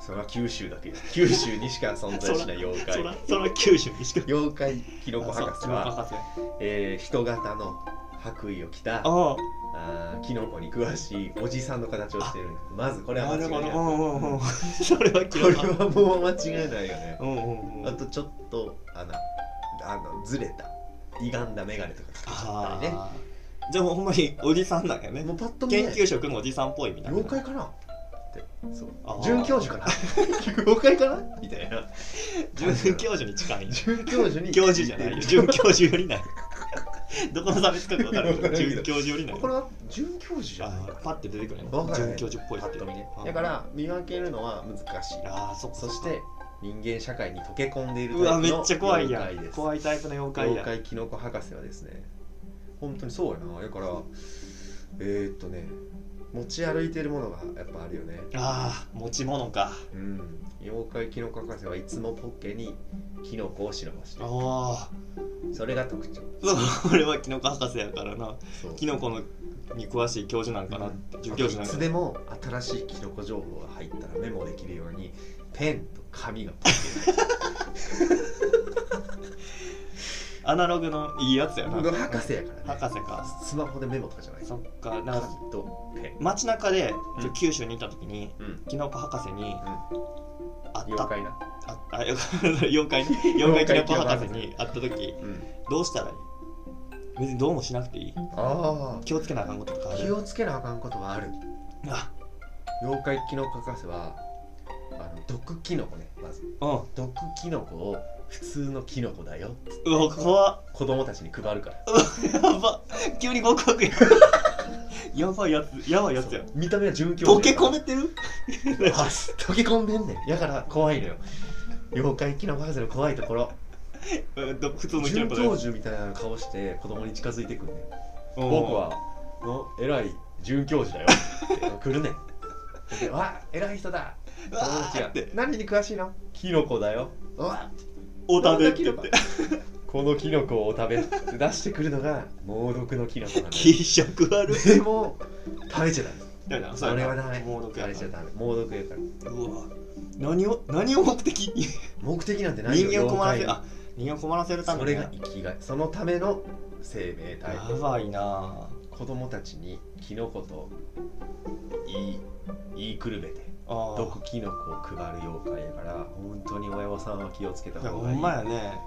Speaker 2: それは九州だけ九州にしか存在しない妖
Speaker 3: そら
Speaker 2: 怪、
Speaker 3: そら九州にしか。
Speaker 2: 妖怪キノコ博士
Speaker 3: あそうキノコ
Speaker 2: は、
Speaker 3: 博士。
Speaker 2: えー、人型の白衣を着た
Speaker 3: ああ。
Speaker 2: あーキノコに詳しいおじさんの形をしているまずこれは
Speaker 3: なる
Speaker 2: 間
Speaker 3: ほ
Speaker 2: 違いない
Speaker 3: ど。
Speaker 2: うこ
Speaker 3: んうんうん。それはキノ
Speaker 2: れ
Speaker 3: コ。
Speaker 2: はもう間違いないよね
Speaker 3: うんうんうん。
Speaker 2: あとちょっとあのあのずれた歪んだ眼鏡とかかけちゃ
Speaker 3: あ
Speaker 2: っ
Speaker 3: ー、
Speaker 2: たりね
Speaker 3: じゃあもうほんまにおじさんなんやね
Speaker 2: も。うパッと見
Speaker 3: 研
Speaker 2: ね
Speaker 3: 究職のおじさんっぽいみたいな。
Speaker 2: 妖怪かなってそう
Speaker 3: あー
Speaker 2: 准教授かな 妖怪かなみたいな
Speaker 3: 准教授に近い。
Speaker 2: 准教授に
Speaker 3: 教授じゃないよ。準教授より ない。どこの差別か分から
Speaker 2: わ
Speaker 3: んけど
Speaker 2: からんけど
Speaker 3: 准教授よりない。
Speaker 2: これは准教授じゃ
Speaker 3: あ
Speaker 2: ない
Speaker 3: ー
Speaker 2: か
Speaker 3: パッて出てくるね
Speaker 2: わ。からん
Speaker 3: 准教授っぽい
Speaker 2: パ
Speaker 3: って
Speaker 2: ッと見ね
Speaker 3: うん
Speaker 2: だから見分けるのは難しい
Speaker 3: ああ、そっか
Speaker 2: そして人間社会に溶け込んでいる
Speaker 3: うわ、めっちゃ怖いや
Speaker 2: 妖怪で
Speaker 3: ん。
Speaker 2: す
Speaker 3: 怖いタイプの妖怪
Speaker 2: 妖
Speaker 3: や。
Speaker 2: 怪キノコ博士はですね本当にそうやなだからえー、っとね持ち歩いてるものがやっぱあるよね
Speaker 3: ああ持ち物か
Speaker 2: うん妖怪キノコ博士はいつもポッケにキノコを忍ばしてる
Speaker 3: おお
Speaker 2: それが特徴
Speaker 3: そう 俺はキノコ博士やからな
Speaker 2: そう
Speaker 3: キノコのに詳しい教授なんかなって
Speaker 2: あ
Speaker 3: 准
Speaker 2: と
Speaker 3: 教
Speaker 2: い
Speaker 3: 授なん
Speaker 2: つ
Speaker 3: か
Speaker 2: でも新しいキノコ情報が入ったらメモできるようにペンと紙がポッケに
Speaker 3: アナログのいいやつやな
Speaker 2: 僕は博士やからね
Speaker 3: 博士か
Speaker 2: スマホでメモとかじゃない
Speaker 3: そっかなんか
Speaker 2: 紙とペン
Speaker 3: 街中で
Speaker 2: うん
Speaker 3: ちょ九州にいた時に
Speaker 2: うん
Speaker 3: キノコ博士に会っ
Speaker 2: 妖
Speaker 3: た
Speaker 2: 怪な
Speaker 3: ああよ妖怪 に妖怪キノコ博士に会った時
Speaker 2: うん
Speaker 3: どうしたらいい別にどうもしなくていい
Speaker 2: あ
Speaker 3: 気をつけなあかんこととか
Speaker 2: あ
Speaker 3: あ
Speaker 2: 気
Speaker 3: る
Speaker 2: をつけなあかんことはある
Speaker 3: あ
Speaker 2: 妖怪キノコ博士はあの毒キノコねまず
Speaker 3: うんう
Speaker 2: 毒キノコを普通のキノコだよ
Speaker 3: わ怖っ
Speaker 2: 子供たちに配るから
Speaker 3: やば急に極悪や やばいやつやばいやつや
Speaker 2: 見た目は純教
Speaker 3: 溶け込めてる
Speaker 2: め 溶け込んでんねんやから怖いのよ妖怪キノコ博士の怖いところ
Speaker 3: うんど普通のキノ
Speaker 2: 准
Speaker 3: コ
Speaker 2: 教授みたいな顔して子供に近づいてくんねん
Speaker 3: うん
Speaker 2: 僕はの偉い准教授だよ来るねんでわ偉い人だ
Speaker 3: う
Speaker 2: 子
Speaker 3: わ
Speaker 2: 供たち
Speaker 3: ー
Speaker 2: が
Speaker 3: って
Speaker 2: 何に詳しいのキノコだようわ
Speaker 3: お食べって言って
Speaker 2: このキノコを食べって出してくるのが猛毒のキノコなのよ
Speaker 3: 気色悪い
Speaker 2: でも食べちゃダメ
Speaker 3: だよな
Speaker 2: それはダメ
Speaker 3: 猛毒
Speaker 2: 食
Speaker 3: やな
Speaker 2: べちゃダメ猛毒やから
Speaker 3: うわ何を何を目的に
Speaker 2: 目的なんてない
Speaker 3: 人
Speaker 2: よ
Speaker 3: 間を困らせ
Speaker 2: 妖
Speaker 3: るあ人間を困らせるた
Speaker 2: 怪
Speaker 3: め
Speaker 2: そ
Speaker 3: に
Speaker 2: れが生きがいそのための生命体
Speaker 3: やばいな
Speaker 2: 子供たちにキノコと言い言いくるべて
Speaker 3: あ
Speaker 2: 毒キノコを配る妖怪やから本当に親御さんは気をつけた
Speaker 3: いや
Speaker 2: 方
Speaker 3: ほ
Speaker 2: がいい
Speaker 3: んまやね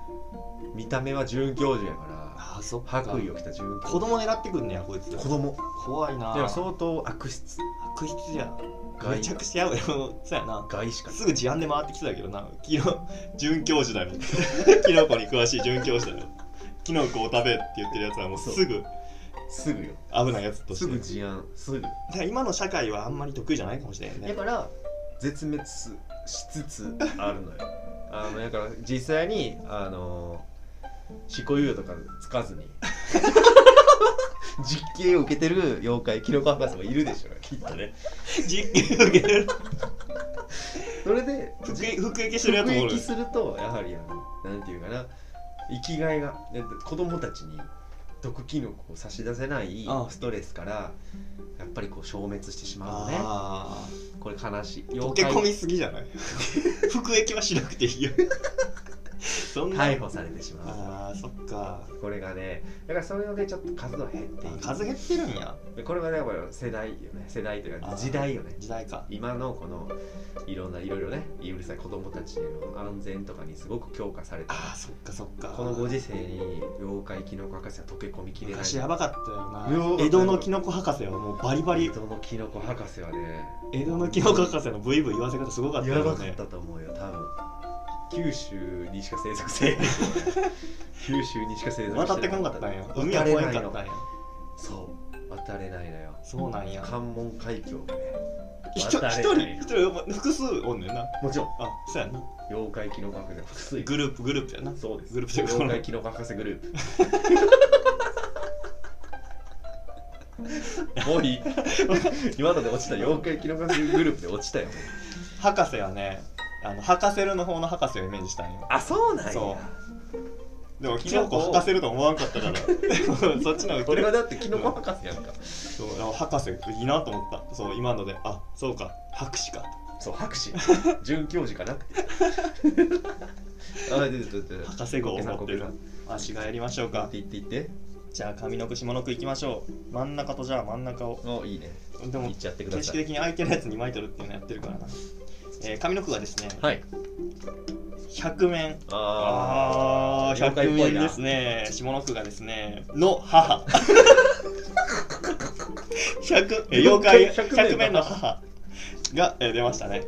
Speaker 2: 見た目は准教授やから
Speaker 3: あそっか
Speaker 2: 白衣を着た准教
Speaker 3: 子
Speaker 2: 授
Speaker 3: 供狙ってくんねやこいつ
Speaker 2: 子供
Speaker 3: 怖いな
Speaker 2: でも相当悪質
Speaker 3: 悪質や
Speaker 2: 害
Speaker 3: めちゃくちゃやばいそうやな
Speaker 2: 害しか
Speaker 3: すぐ事案で回ってきてたけどな、キノ、准教授だよ。 キノコに詳しい准教授だよ。キノコを食べって言ってるやつはもう
Speaker 2: そう
Speaker 3: すぐ
Speaker 2: すぐよ
Speaker 3: 危ないやつとして。
Speaker 2: すぐ事案すぐ
Speaker 3: だから今の社会はあんまり得意じゃないかもしれない
Speaker 2: だ
Speaker 3: ね。
Speaker 2: から絶滅しつつあるのよ あのだから実際にあの執行猶予とかつかず に実刑を受けてる妖怪キノコ博士もいるでしょきっとね
Speaker 3: 実験受ける、
Speaker 2: それで
Speaker 3: 服服役してるやつ
Speaker 2: 服
Speaker 3: もおる
Speaker 2: 役。するとやはりあのなんていうかな生きがいがで子供たちに毒キノコを差し出せない
Speaker 3: ああ
Speaker 2: ストレスからやっぱりこう消滅してしまうのね
Speaker 3: あ
Speaker 2: これ悲しい
Speaker 3: あ、溶け込み
Speaker 2: 妖
Speaker 3: すぎじゃない 服役はしなくてい いよ。そんな。
Speaker 2: 怪逮捕されてしまう
Speaker 3: ああ、そっか。
Speaker 2: これがねだからそれをねちょっと数は減ってい
Speaker 3: あ
Speaker 2: る
Speaker 3: 数減ってるんや。
Speaker 2: でこれはねやっぱり世代よね世代という
Speaker 3: あ
Speaker 2: か
Speaker 3: ー
Speaker 2: 時代よね
Speaker 3: 時代か。
Speaker 2: 今のこのいろんないろいろねうるさい子供たちへの安全とかにすごく強化されてる
Speaker 3: ああ、そっかそっか。
Speaker 2: このご時世に妖怪キノコ博士は溶け込みきれない
Speaker 3: 昔やばかったよ
Speaker 2: やばかっ
Speaker 3: な
Speaker 2: たよ
Speaker 3: 江戸のキノコ博士はもうバリバリ
Speaker 2: 江戸のキノコ博士はね
Speaker 3: 江戸のキノコ博士のブイブイ言わせ方すごかった
Speaker 2: やば
Speaker 3: よ
Speaker 2: かっ
Speaker 3: ね
Speaker 2: たと思うよ多分九州にしか生息せえへ ん九州にしか生息してな
Speaker 3: 渡ってこんかったんや海
Speaker 2: 渡
Speaker 3: は
Speaker 2: れ
Speaker 3: 怖い
Speaker 2: なんい
Speaker 3: かっ
Speaker 2: の
Speaker 3: たんや
Speaker 2: そう渡れないのよ
Speaker 3: そうなんや
Speaker 2: 関門海峡がね
Speaker 3: 一人
Speaker 2: 渡
Speaker 3: 一
Speaker 2: れない
Speaker 3: 人一人複数おんねんな
Speaker 2: もちろん
Speaker 3: あそうやな
Speaker 2: 妖怪キノコ博士が複数いる
Speaker 3: グループグループやな
Speaker 2: そうです
Speaker 3: グループというか
Speaker 2: 妖怪キノコ博士グル ープもういい今ので落ちた妖怪キノコ博士グループで落ちたよ
Speaker 3: 博士はねあの博士るの方の博士をイメージしたんよ
Speaker 2: あそうなん
Speaker 3: そ
Speaker 2: や
Speaker 3: でもキノコ博士ると思わんかったからそっちの方が
Speaker 2: 俺はだってキノコ博士やんか
Speaker 3: そうあ博士いいなと思ったそう今のであそうか博士か
Speaker 2: そう博 士准教授かなってあ出て出て出て
Speaker 3: 博士号を持ってる
Speaker 2: さ
Speaker 3: 足がやりましょうか
Speaker 2: って言って言って
Speaker 3: じゃあ上の句下の句いきましょう真ん中とじゃあ真ん中を
Speaker 2: おいいね
Speaker 3: で
Speaker 2: 行
Speaker 3: も
Speaker 2: っちゃってくだ
Speaker 3: 形
Speaker 2: さ
Speaker 3: 式
Speaker 2: い
Speaker 3: 的に相手のやつに巻いてるっていうのやってるからな、えー、上の句がですね
Speaker 2: はい
Speaker 3: 百面
Speaker 2: あ
Speaker 3: あ
Speaker 2: ー
Speaker 3: ー百
Speaker 2: 妖怪っぽいな
Speaker 3: 面ですね下の句がですねの母 百え妖怪
Speaker 2: 百
Speaker 3: 百
Speaker 2: 面
Speaker 3: 面
Speaker 2: の
Speaker 3: の母が、えー出ましたね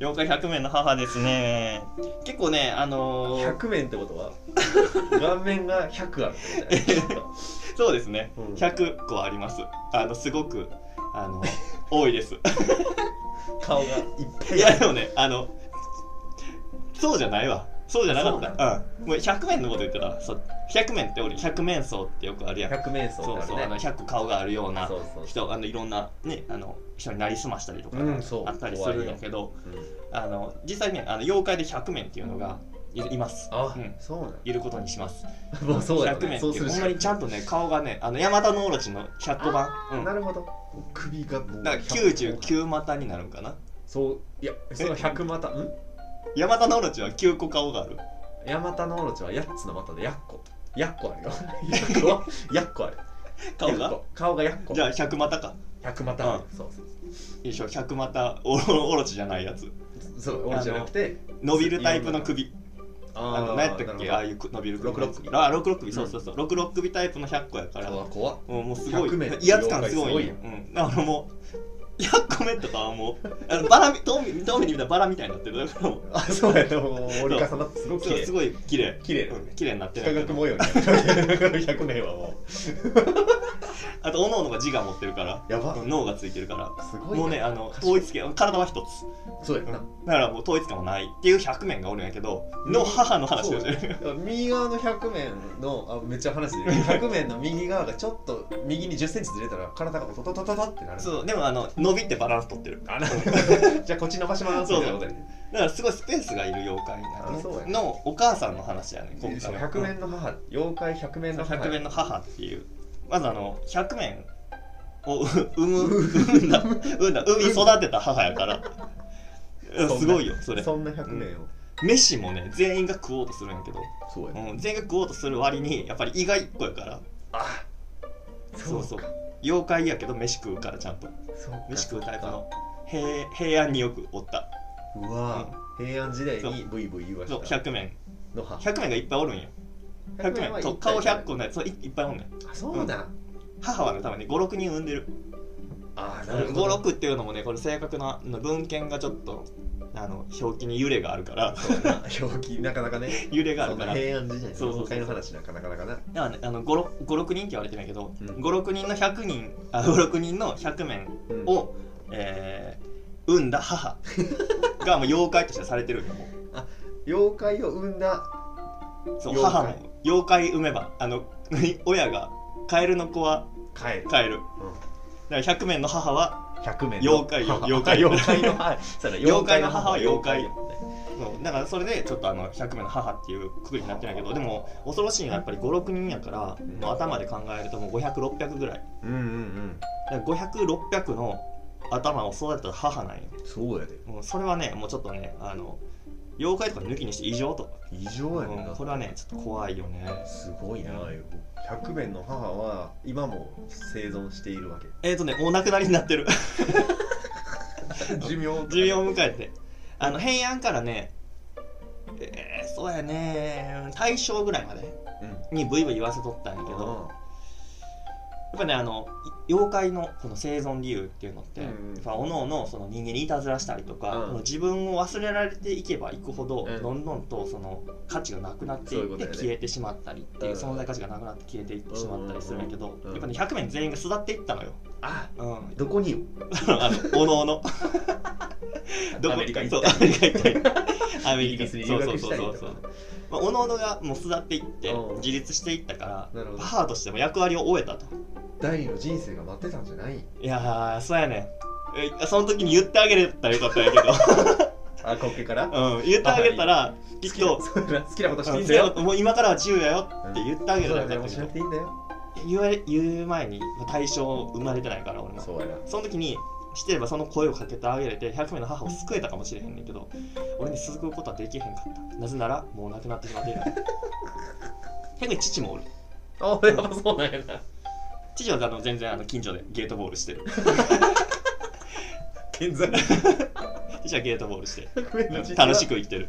Speaker 3: 妖怪百面の母ですね結構ねあのー、
Speaker 2: 100面ってことは顔面が100あるってことだよ
Speaker 3: そうですね
Speaker 2: うん
Speaker 3: 100個ありますあのすごくあの多いです
Speaker 2: 顔がいっぱ
Speaker 3: い
Speaker 2: いあ
Speaker 3: や
Speaker 2: る
Speaker 3: でもねあのそうじゃないわそうじゃなかった。うん。もう100面のこと言ってた。そう100面って俺、100面相ってよくあるやん。
Speaker 2: 百面相
Speaker 3: そう
Speaker 2: って
Speaker 3: そう、
Speaker 2: あ
Speaker 3: あ
Speaker 2: る
Speaker 3: の
Speaker 2: ね
Speaker 3: 100顔があるような
Speaker 2: そうそう
Speaker 3: 人、あのいろんなね、あの人になりすましたりとか
Speaker 2: うんそう
Speaker 3: あったりするんやけど、
Speaker 2: 怖いようん
Speaker 3: あの実際ね、あの妖怪で100面っていうのがいいます。
Speaker 2: あ、
Speaker 3: うん
Speaker 2: そうなん
Speaker 3: いることにします。
Speaker 2: もうそうだよ
Speaker 3: 100面
Speaker 2: ね
Speaker 3: って
Speaker 2: そう
Speaker 3: い
Speaker 2: す
Speaker 3: う
Speaker 2: る
Speaker 3: ほ
Speaker 2: し
Speaker 3: んまにちゃんとね、顔がね、あのヤマタノオロチの100番。うん。
Speaker 2: な
Speaker 3: だ
Speaker 2: る
Speaker 3: か
Speaker 2: ほど首がもう
Speaker 3: ら99股になるんかな。
Speaker 2: そういやその100股ん
Speaker 3: ヤマタノオロチは9個顔がある。
Speaker 2: ヤマタノオロチは8つの股でヤッコヤッコあるよヤッコはヤッコある
Speaker 3: 顔
Speaker 2: ヤッ
Speaker 3: が
Speaker 2: コ顔がヤッコ
Speaker 3: じゃあ100股か。
Speaker 2: 100股ある
Speaker 3: う
Speaker 2: そうそう
Speaker 3: よいしょ、100股オ ロオロチじゃないやつ。
Speaker 2: そう俺じゃなくて
Speaker 3: 伸びるタイプの首。あの
Speaker 2: ー
Speaker 3: 何やったっけああ
Speaker 2: なる
Speaker 3: いうく伸びる
Speaker 2: 六六首
Speaker 3: ああ、6、6首、そう
Speaker 2: うん
Speaker 3: そうそう。6、6首タイプの100個やから。
Speaker 2: ほどうわ怖っ
Speaker 3: もうもうすごい
Speaker 2: 100名
Speaker 3: 威圧感すごいよ
Speaker 2: す
Speaker 3: うん、だからもう100個目とかはもうあのバラみ遠目遠目に見たらバラみたいになってるだからもう
Speaker 2: あそうやねもう折り重なってすごく綺
Speaker 3: そうす
Speaker 2: 麗
Speaker 3: ごい綺麗
Speaker 2: 綺麗だ
Speaker 3: う
Speaker 2: ね
Speaker 3: ん綺麗になって
Speaker 2: 幾
Speaker 3: る
Speaker 2: 何学模様になってる100名は も
Speaker 3: あとおのおのが自我持ってるから
Speaker 2: うやば
Speaker 3: 脳がついてるから
Speaker 2: すごいね
Speaker 3: もうねあの統一権体は一つ、
Speaker 2: そうや
Speaker 3: う
Speaker 2: な
Speaker 3: んだからもう統一感もないっていう100面がおるんやけどの母の話をしてる
Speaker 2: だから右側の100面のあめっちゃ話で100面 の右側がちょっと右に1 0センチずれたら体がトトトトトってなる
Speaker 3: そうでもあの伸びてバランス取ってる
Speaker 2: あな じゃあこっち伸ばしますみたいなことやね
Speaker 3: だからすごいスペースがいる妖怪になる
Speaker 2: あそうやね
Speaker 3: のお母さんの話やね今回
Speaker 2: そう
Speaker 3: は
Speaker 2: 100面の母妖怪100面の母
Speaker 3: 百面の母っていうまずあの百面をう 産む産んだ産んだ産み育てた母やからうん
Speaker 2: そんな
Speaker 3: すごいよそれ
Speaker 2: そんな100面を、
Speaker 3: 飯もね全員が食おうとするんやけど、
Speaker 2: そうやね
Speaker 3: うん、全員が食おうとする割にやっぱり胃が1個やから
Speaker 2: あ
Speaker 3: そうそう妖怪やけど飯食うからちゃんと
Speaker 2: そうか
Speaker 3: 飯食うタイプの平平安によくおった
Speaker 2: うわ、平安時代にブイブイ言わ
Speaker 3: そう
Speaker 2: した
Speaker 3: 百面
Speaker 2: の母
Speaker 3: 百面がいっぱいおるんよ百面と顔100個のやついいっぱいおんねん
Speaker 2: あそうだ、
Speaker 3: 母はのために56人産んでる
Speaker 2: ああなるほど
Speaker 3: 56っていうのもねこれ正確なあの文献がちょっとあの表記に揺れがあるから
Speaker 2: そうやな表記なかなかね
Speaker 3: 揺れ があ
Speaker 2: そ
Speaker 3: る
Speaker 2: ん
Speaker 3: か
Speaker 2: な
Speaker 3: らだか
Speaker 2: 平安時代
Speaker 3: そう
Speaker 2: の
Speaker 3: そうそ
Speaker 2: 妖
Speaker 3: う
Speaker 2: 怪の話なかなかなかな
Speaker 3: らねあの56 56人って言われてるんやけど、
Speaker 2: うん
Speaker 3: 56人の100人あ56人の100面
Speaker 2: うん
Speaker 3: を、えー産んだ母がもう妖怪としてされてるんよも
Speaker 2: 妖怪を生んだ
Speaker 3: うそう
Speaker 2: 妖怪
Speaker 3: 母も妖怪産めばあの 親がカエルの子は
Speaker 2: カエル、
Speaker 3: カエル
Speaker 2: うん、
Speaker 3: だから100面の母は
Speaker 2: 100面
Speaker 3: 妖怪よ
Speaker 2: 母
Speaker 3: 妖怪
Speaker 2: 妖怪の母そうだ
Speaker 3: 妖怪の母は
Speaker 2: 妖
Speaker 3: 妖
Speaker 2: 怪
Speaker 3: 怪
Speaker 2: やもんね
Speaker 3: そうだからそれでちょっとあの100名の母っていうくくりになってるんやけどでも恐ろしいのはやっぱり56人やから、
Speaker 2: ん
Speaker 3: もう頭で考えるともう500600ぐらい
Speaker 2: うんうん
Speaker 3: だから500600の頭を育てた母なんよ
Speaker 2: うんそうやで
Speaker 3: もうそれはねもうちょっとねあの妖怪とか抜きにして異常と、
Speaker 2: 異常やねん
Speaker 3: う
Speaker 2: なん
Speaker 3: これはねちょっと怖いよね
Speaker 2: すごいな100面の母は今も生存している わけ
Speaker 3: えっ、ー、とねお亡くなりになってる
Speaker 2: 寿命とか
Speaker 3: 寿命を迎えてあの平安からねえー、そうやね大正ぐらいまで
Speaker 2: うん
Speaker 3: にブイブイ言わせとったんやけどやっぱねあのい妖怪のこの生存理由っていうのって、
Speaker 2: うんうん
Speaker 3: やっぱおのおのその人間にいたずらしたりとか、
Speaker 2: うん
Speaker 3: その自分を忘れられていけばいくほど、
Speaker 2: うん
Speaker 3: どんどんとその価値がなくなってい
Speaker 2: そういう
Speaker 3: っ
Speaker 2: ことだ
Speaker 3: て
Speaker 2: よね
Speaker 3: 消えてしまったりっていう
Speaker 2: うん
Speaker 3: 存在価値がなくなって消えていってしまったりするんやけど、
Speaker 2: うん
Speaker 3: やっぱね100面全員が巣立っていったのよ、
Speaker 2: あ
Speaker 3: うん、あ
Speaker 2: どこに
Speaker 3: のおの おのどこ
Speaker 2: アメリカ行
Speaker 3: そう
Speaker 2: っ
Speaker 3: アメリカ行ったりアメ
Speaker 2: イ
Speaker 3: リ
Speaker 2: ギ
Speaker 3: カ
Speaker 2: リスに留学したい
Speaker 3: そう
Speaker 2: と
Speaker 3: そうそう
Speaker 2: か
Speaker 3: そうまあおのおのがもう巣立っていって
Speaker 2: うん
Speaker 3: 自立していったから
Speaker 2: なるほど
Speaker 3: 母としても役割を終えたと
Speaker 2: 第二の人生が待ってたんじゃない
Speaker 3: いやーそうやねんえその時に言ってあげれたらよかったん やけ
Speaker 2: あこっけから
Speaker 3: ど、うん、言ってあげたらきっと
Speaker 2: 好きな好きなことしていいんだよ
Speaker 3: うんもう今からは自由やよって言ってあげれ
Speaker 2: そ
Speaker 3: た
Speaker 2: う
Speaker 3: ら
Speaker 2: だ
Speaker 3: よか
Speaker 2: ねもう
Speaker 3: ったんやけ
Speaker 2: し
Speaker 3: ど
Speaker 2: なくていいんだよ
Speaker 3: 言われ言う前に対象生まれてないから俺も
Speaker 2: そうやな
Speaker 3: その時にしてればその声をかけてあげれて100名の母を救えたかもしれへんねんけど俺に救うことはできへんかったなぜならもう亡くなってしまって いた逆に父もおる
Speaker 2: あやっぱそうなんやな
Speaker 3: 父はあの全然あの近所でゲートボールしてる
Speaker 2: 健在
Speaker 3: 父はゲートボールして
Speaker 2: 100面の
Speaker 3: 楽しく生きてる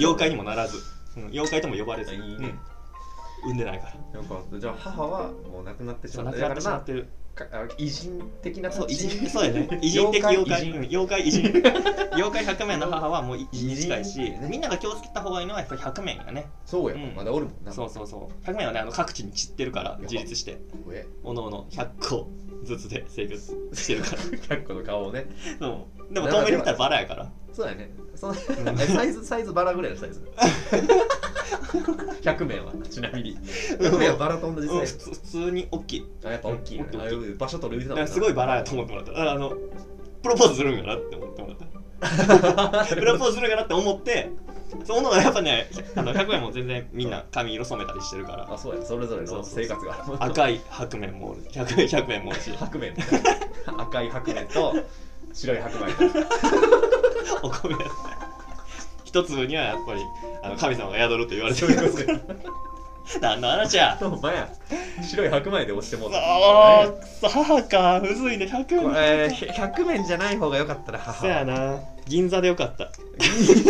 Speaker 3: 妖怪に
Speaker 2: も
Speaker 3: もならず、うん妖怪とも呼ばれず、
Speaker 2: いいね
Speaker 3: うん産んでないから
Speaker 2: よかったじゃあ母はもう亡くなってし
Speaker 3: そう
Speaker 2: ま
Speaker 3: 亡
Speaker 2: った
Speaker 3: くなっ
Speaker 2: だ
Speaker 3: て
Speaker 2: か
Speaker 3: しま
Speaker 2: ら
Speaker 3: ってる
Speaker 2: なあ偉人的な
Speaker 3: そう偉
Speaker 2: 立ち
Speaker 3: 人そう やね偉人的 妖怪うん妖怪偉人 妖怪100名の母はもう偉人に近いし、
Speaker 2: 偉人ね
Speaker 3: みんなが気をつけた方がいいのはやっぱり100名やね
Speaker 2: そうや
Speaker 3: うん
Speaker 2: まだおるもんな
Speaker 3: そうそうそう100名はねあの各地に散ってるから自立して
Speaker 2: うえ
Speaker 3: おのおの100個ずつで生活してるから
Speaker 2: 100個の顔をね
Speaker 3: そうでも遠目で見たらバラやから
Speaker 2: そうだよねそのえ サイズサイズバラぐらいのサイズ100面はちなみに100面はバラと同じ
Speaker 3: う
Speaker 2: サ
Speaker 3: ん
Speaker 2: イ
Speaker 3: 普
Speaker 2: ズ
Speaker 3: 通普通に大きい
Speaker 2: あやっぱ大きいよね
Speaker 3: うん大きい
Speaker 2: あ場所取る言うてたもん
Speaker 3: だか
Speaker 2: な
Speaker 3: らすごいバラやと思ってもらっただからあのプロポーズするんかなって思ってもらったプロポーズするかなって思ってその方がやっぱねあの100円も全然みんな髪色染めたりしてるから
Speaker 2: あそうやそれぞれの生活が
Speaker 3: 赤い白面もおる100円100円もおるし
Speaker 2: 白面赤い白面と白い白米と
Speaker 3: お米や一粒にはやっぱりあの神様が宿ると言われ て
Speaker 2: そう
Speaker 3: る
Speaker 2: いうことや
Speaker 3: 何の話や
Speaker 2: お前や白い白米で押してもうた
Speaker 3: あーくそ母かむずいね100円
Speaker 2: これ100面じゃない方が良かったら母
Speaker 3: そやな銀座でよかった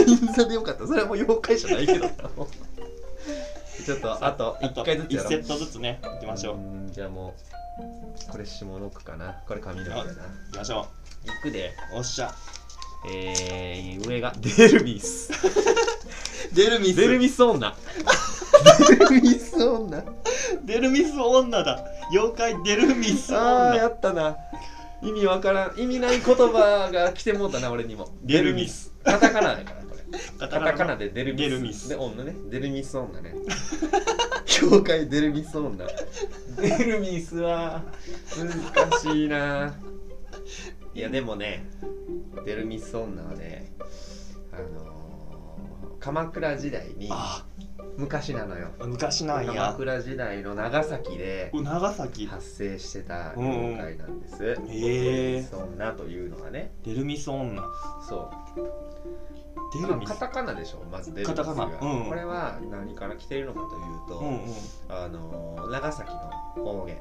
Speaker 2: 銀座でよかったそれはもう妖怪じゃない けどなちょっとあと
Speaker 3: あと
Speaker 2: 1回ずつや
Speaker 3: 1
Speaker 2: ろ
Speaker 3: セットずつねいきましょう
Speaker 2: ーんじゃあもうこれ下の句かなこれ上の句だな
Speaker 3: 行きましょ
Speaker 2: いくで
Speaker 3: うおっしゃ
Speaker 2: えー、上がデルミス
Speaker 3: デルミ
Speaker 2: デル
Speaker 3: ス
Speaker 2: ミス女デルミス女
Speaker 3: デルミス女だ妖怪デルミス
Speaker 2: あーや
Speaker 3: 女
Speaker 2: ったな意味わからん意味ない言葉が来てもうたな俺にも
Speaker 3: デルミス
Speaker 2: カタカナだからこれ
Speaker 3: カ
Speaker 2: カタカナでデルミス
Speaker 3: デルミス
Speaker 2: で女ねデルミス女ね妖怪デルミス女デルミスは難しいないやでもねデルミス女はねあのー、鎌倉時代に
Speaker 3: あ
Speaker 2: 昔なのよ
Speaker 3: あ昔なん
Speaker 2: 鎌
Speaker 3: や
Speaker 2: 倉時代の長崎で
Speaker 3: お長崎
Speaker 2: 発生してた妖怪なんです、
Speaker 3: へえ
Speaker 2: そんなというのはね
Speaker 3: デルミス女
Speaker 2: そ
Speaker 3: デ
Speaker 2: う
Speaker 3: ルミス
Speaker 2: カタカナでしょまず出るんですが、
Speaker 3: カタカナうん
Speaker 2: これは何から来ているのかというと、
Speaker 3: うんうん
Speaker 2: あのー長崎の方言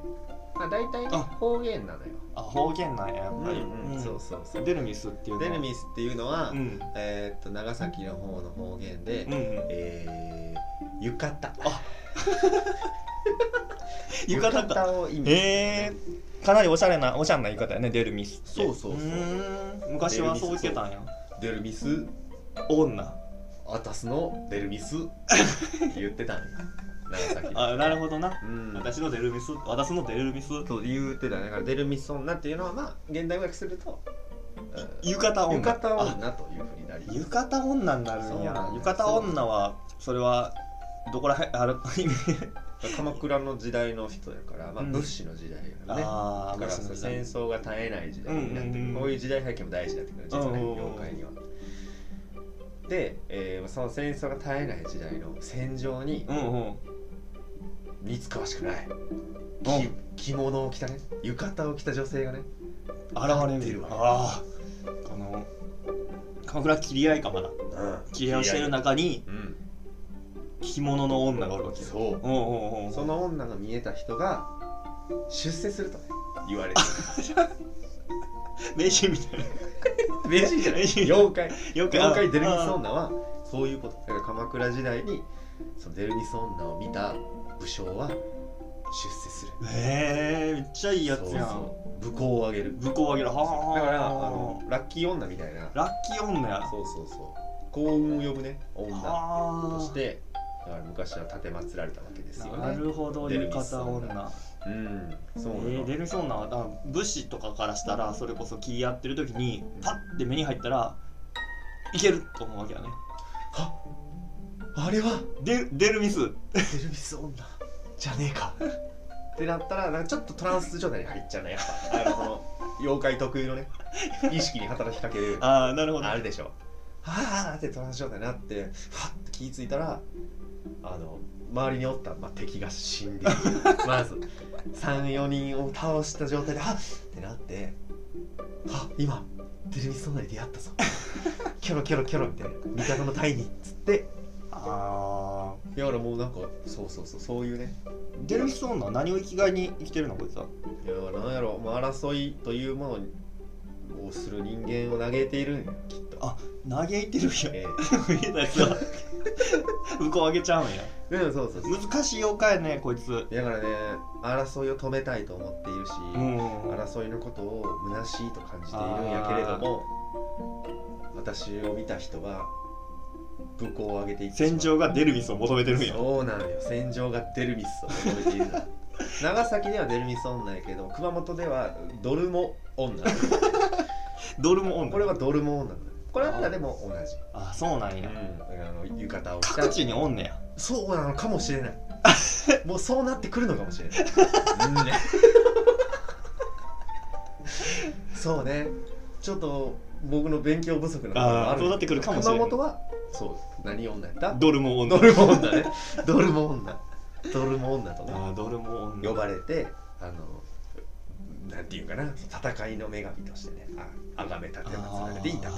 Speaker 2: まあ大体
Speaker 3: あ
Speaker 2: 方言なのよ、
Speaker 3: あ方言なんややっぱり
Speaker 2: うんうんそうそうそう
Speaker 3: デルミスっていうのは
Speaker 2: デルミスっていうのは、
Speaker 3: うん
Speaker 2: えーっと長崎の方の方言で、
Speaker 3: うんうん
Speaker 2: えー浴衣
Speaker 3: あ浴衣か
Speaker 2: を意味する
Speaker 3: へえかなりおしゃれなおしゃれな言い方やねデルミスって
Speaker 2: そうそうそう
Speaker 3: ーん昔はそう言ってたんや
Speaker 2: デルミス
Speaker 3: 女
Speaker 2: あたすのデルミス言ってたんよ長崎
Speaker 3: あなるほどな
Speaker 2: うん
Speaker 3: 私のデルミス私のデルミス
Speaker 2: と言うてたねだからデルミス女っていうのはまあ現代語訳すると、うん
Speaker 3: 浴衣女
Speaker 2: 浴衣
Speaker 3: あ
Speaker 2: 女というふうになります
Speaker 3: 浴衣女になる
Speaker 2: そ
Speaker 3: ん
Speaker 2: う
Speaker 3: や
Speaker 2: なんです
Speaker 3: 浴衣女はそれはどこらへん ある
Speaker 2: 鎌倉の時代の人やから、まあ、
Speaker 3: うん
Speaker 2: 物資の時代やからね、
Speaker 3: ああ
Speaker 2: だからその戦争が絶えない時代になってくる、
Speaker 3: うんうんうん
Speaker 2: こういう時代背景も大事になってくる実はね
Speaker 3: うんうんうん
Speaker 2: 妖怪には。で、えーその戦争が絶えない時代の戦場に
Speaker 3: うんうん
Speaker 2: 似つかわしくない、
Speaker 3: うん
Speaker 2: き着物を着たね浴衣を着た女性がね
Speaker 3: 現れ
Speaker 2: 立ってて
Speaker 3: る
Speaker 2: るわ
Speaker 3: ああこの鎌倉切り合いかまだ切り合いをしてる中に
Speaker 2: うん
Speaker 3: 着物の女がおるわけよ
Speaker 2: そう
Speaker 3: うんうんうん
Speaker 2: その女が見えた人が出世するとね言われて
Speaker 3: 名人みたいな
Speaker 2: る名人じゃない
Speaker 3: 名人
Speaker 2: 妖怪
Speaker 3: よ
Speaker 2: 妖怪デルミス
Speaker 3: あ
Speaker 2: 女はそういうことだから鎌倉時代にそのデルミス女を見た武将は出世する
Speaker 3: あへえめっちゃいいやつや
Speaker 2: そうんそう武功をあげる
Speaker 3: 武功あげるはあ
Speaker 2: だからあのラッキー女みたいな
Speaker 3: ラッキー女や
Speaker 2: そうそうそう幸運を呼ぶね女
Speaker 3: あ
Speaker 2: と
Speaker 3: あ
Speaker 2: してだから昔は奉られたわけですよ
Speaker 3: な
Speaker 2: ね
Speaker 3: るほど浴衣
Speaker 2: デルミス
Speaker 3: 女
Speaker 2: うんそう
Speaker 3: え
Speaker 2: なの
Speaker 3: ー、デルミス女はあ武士とかからしたらそれこそ切り合ってる時にパッて目に入ったらいけると思うわけやね
Speaker 2: あれは
Speaker 3: デデルミス
Speaker 2: デルミス女じゃねえかってなったらなんかちょっとトランス状態に入っちゃうねやっぱあのこの妖怪特有のね意識に働きかけるあ
Speaker 3: ああなるほど
Speaker 2: るでしょはあってトランス状態になってはって気づいたらあの周りにおった、まあ、敵が死 んでいるまず34人を倒した状態ではっってなってあ今デルミス女に出会った ぞキョロキョロキョロみたいな味方の隊にっつって
Speaker 3: あー
Speaker 2: いや俺もうなんかそうそうそうそういうね
Speaker 3: デルミス女は何を生きがいに生きてるのこいつはい
Speaker 2: やなんやろ、まあ、争いというものをする人間を嘆いているんよきっと、
Speaker 3: 嘆いてるやん
Speaker 2: え
Speaker 3: 見えたやつは向こうあげちゃうんや
Speaker 2: えうんそうそうそう
Speaker 3: 難しい妖怪やねこいつ
Speaker 2: だからね争いを止めたいと思っているし、
Speaker 3: うん
Speaker 2: 争いのことを虚しいと感じているんやけれども私を見た人は武功を上げていってしま
Speaker 3: 戦
Speaker 2: う
Speaker 3: 場がデルミスを求めてるんや
Speaker 2: そうなのよ戦場がデルミスを求めているの長崎ではデルミス女やけど熊本ではドルモ女
Speaker 3: ドルも女
Speaker 2: これはドルモ女なのよこれはまだでも同じ、
Speaker 3: あそうなんや、
Speaker 2: うん、だからあの浴衣を着た
Speaker 3: 各地におんねや
Speaker 2: そうなのかもしれ ないもうそうなってくるのかもしれない、うん そうねちょっと僕の勉強不足なところもあ
Speaker 3: あ
Speaker 2: る
Speaker 3: そうなってくるかもしれない
Speaker 2: 熊本はそう何女やった
Speaker 3: ドルも女
Speaker 2: ドルモ女ねドルモ女ドルモ女とね
Speaker 3: あドルも女
Speaker 2: 呼ばれてあのなんていうかな戦いの女神としてねあ崇め立てまつられていたと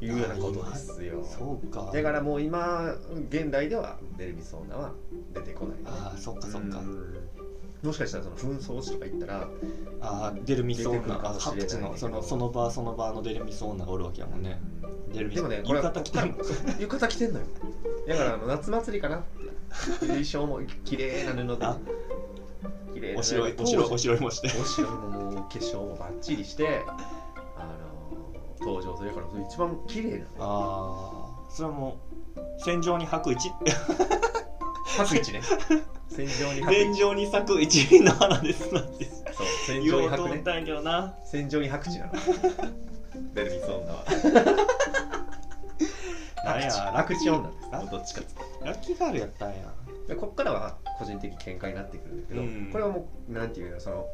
Speaker 2: いうようなことですよ
Speaker 3: そうか
Speaker 2: だからもう今現代ではデルミス女は出てこないね
Speaker 3: ああそっかそっか、
Speaker 2: うんもしかしたらその紛争地とか行ったら
Speaker 3: ああデルミソ
Speaker 2: 出て
Speaker 3: ー
Speaker 2: くる
Speaker 3: ナ
Speaker 2: かもしれない
Speaker 3: 各地のそのその場その場のデルミソーナがおるわけやもんねデル
Speaker 2: で
Speaker 3: ミソ
Speaker 2: も
Speaker 3: ー
Speaker 2: ね
Speaker 3: ナ
Speaker 2: これ
Speaker 3: 浴衣着てるもん
Speaker 2: 浴衣着てんのよだからあの夏祭りかなって衣装も綺麗な布で
Speaker 3: あ
Speaker 2: 綺麗な
Speaker 3: おしろい
Speaker 2: 当
Speaker 3: お
Speaker 2: 時
Speaker 3: しろいおしろいもして
Speaker 2: お城ももう化粧もバッチリしてあの登場するからそれ一番綺麗な
Speaker 3: ああそれはもう戦場に吐く一
Speaker 2: 白一ね戦場に白
Speaker 3: 戦
Speaker 2: 一
Speaker 3: 場に咲く一輪の花ですなんて
Speaker 2: そう戦
Speaker 3: 言
Speaker 2: 場
Speaker 3: お
Speaker 2: に
Speaker 3: うと
Speaker 2: 白
Speaker 3: 思っ
Speaker 2: ね
Speaker 3: たんやけどな
Speaker 2: 戦場に白地なの ベルミス女は
Speaker 3: なんや
Speaker 2: 白地女です
Speaker 3: 楽
Speaker 2: どっちかっつった
Speaker 3: ラッキーガールやったんや
Speaker 2: らでこっからは個人的見解になってくるんだけど、
Speaker 3: うん
Speaker 2: これはもうなんていうのその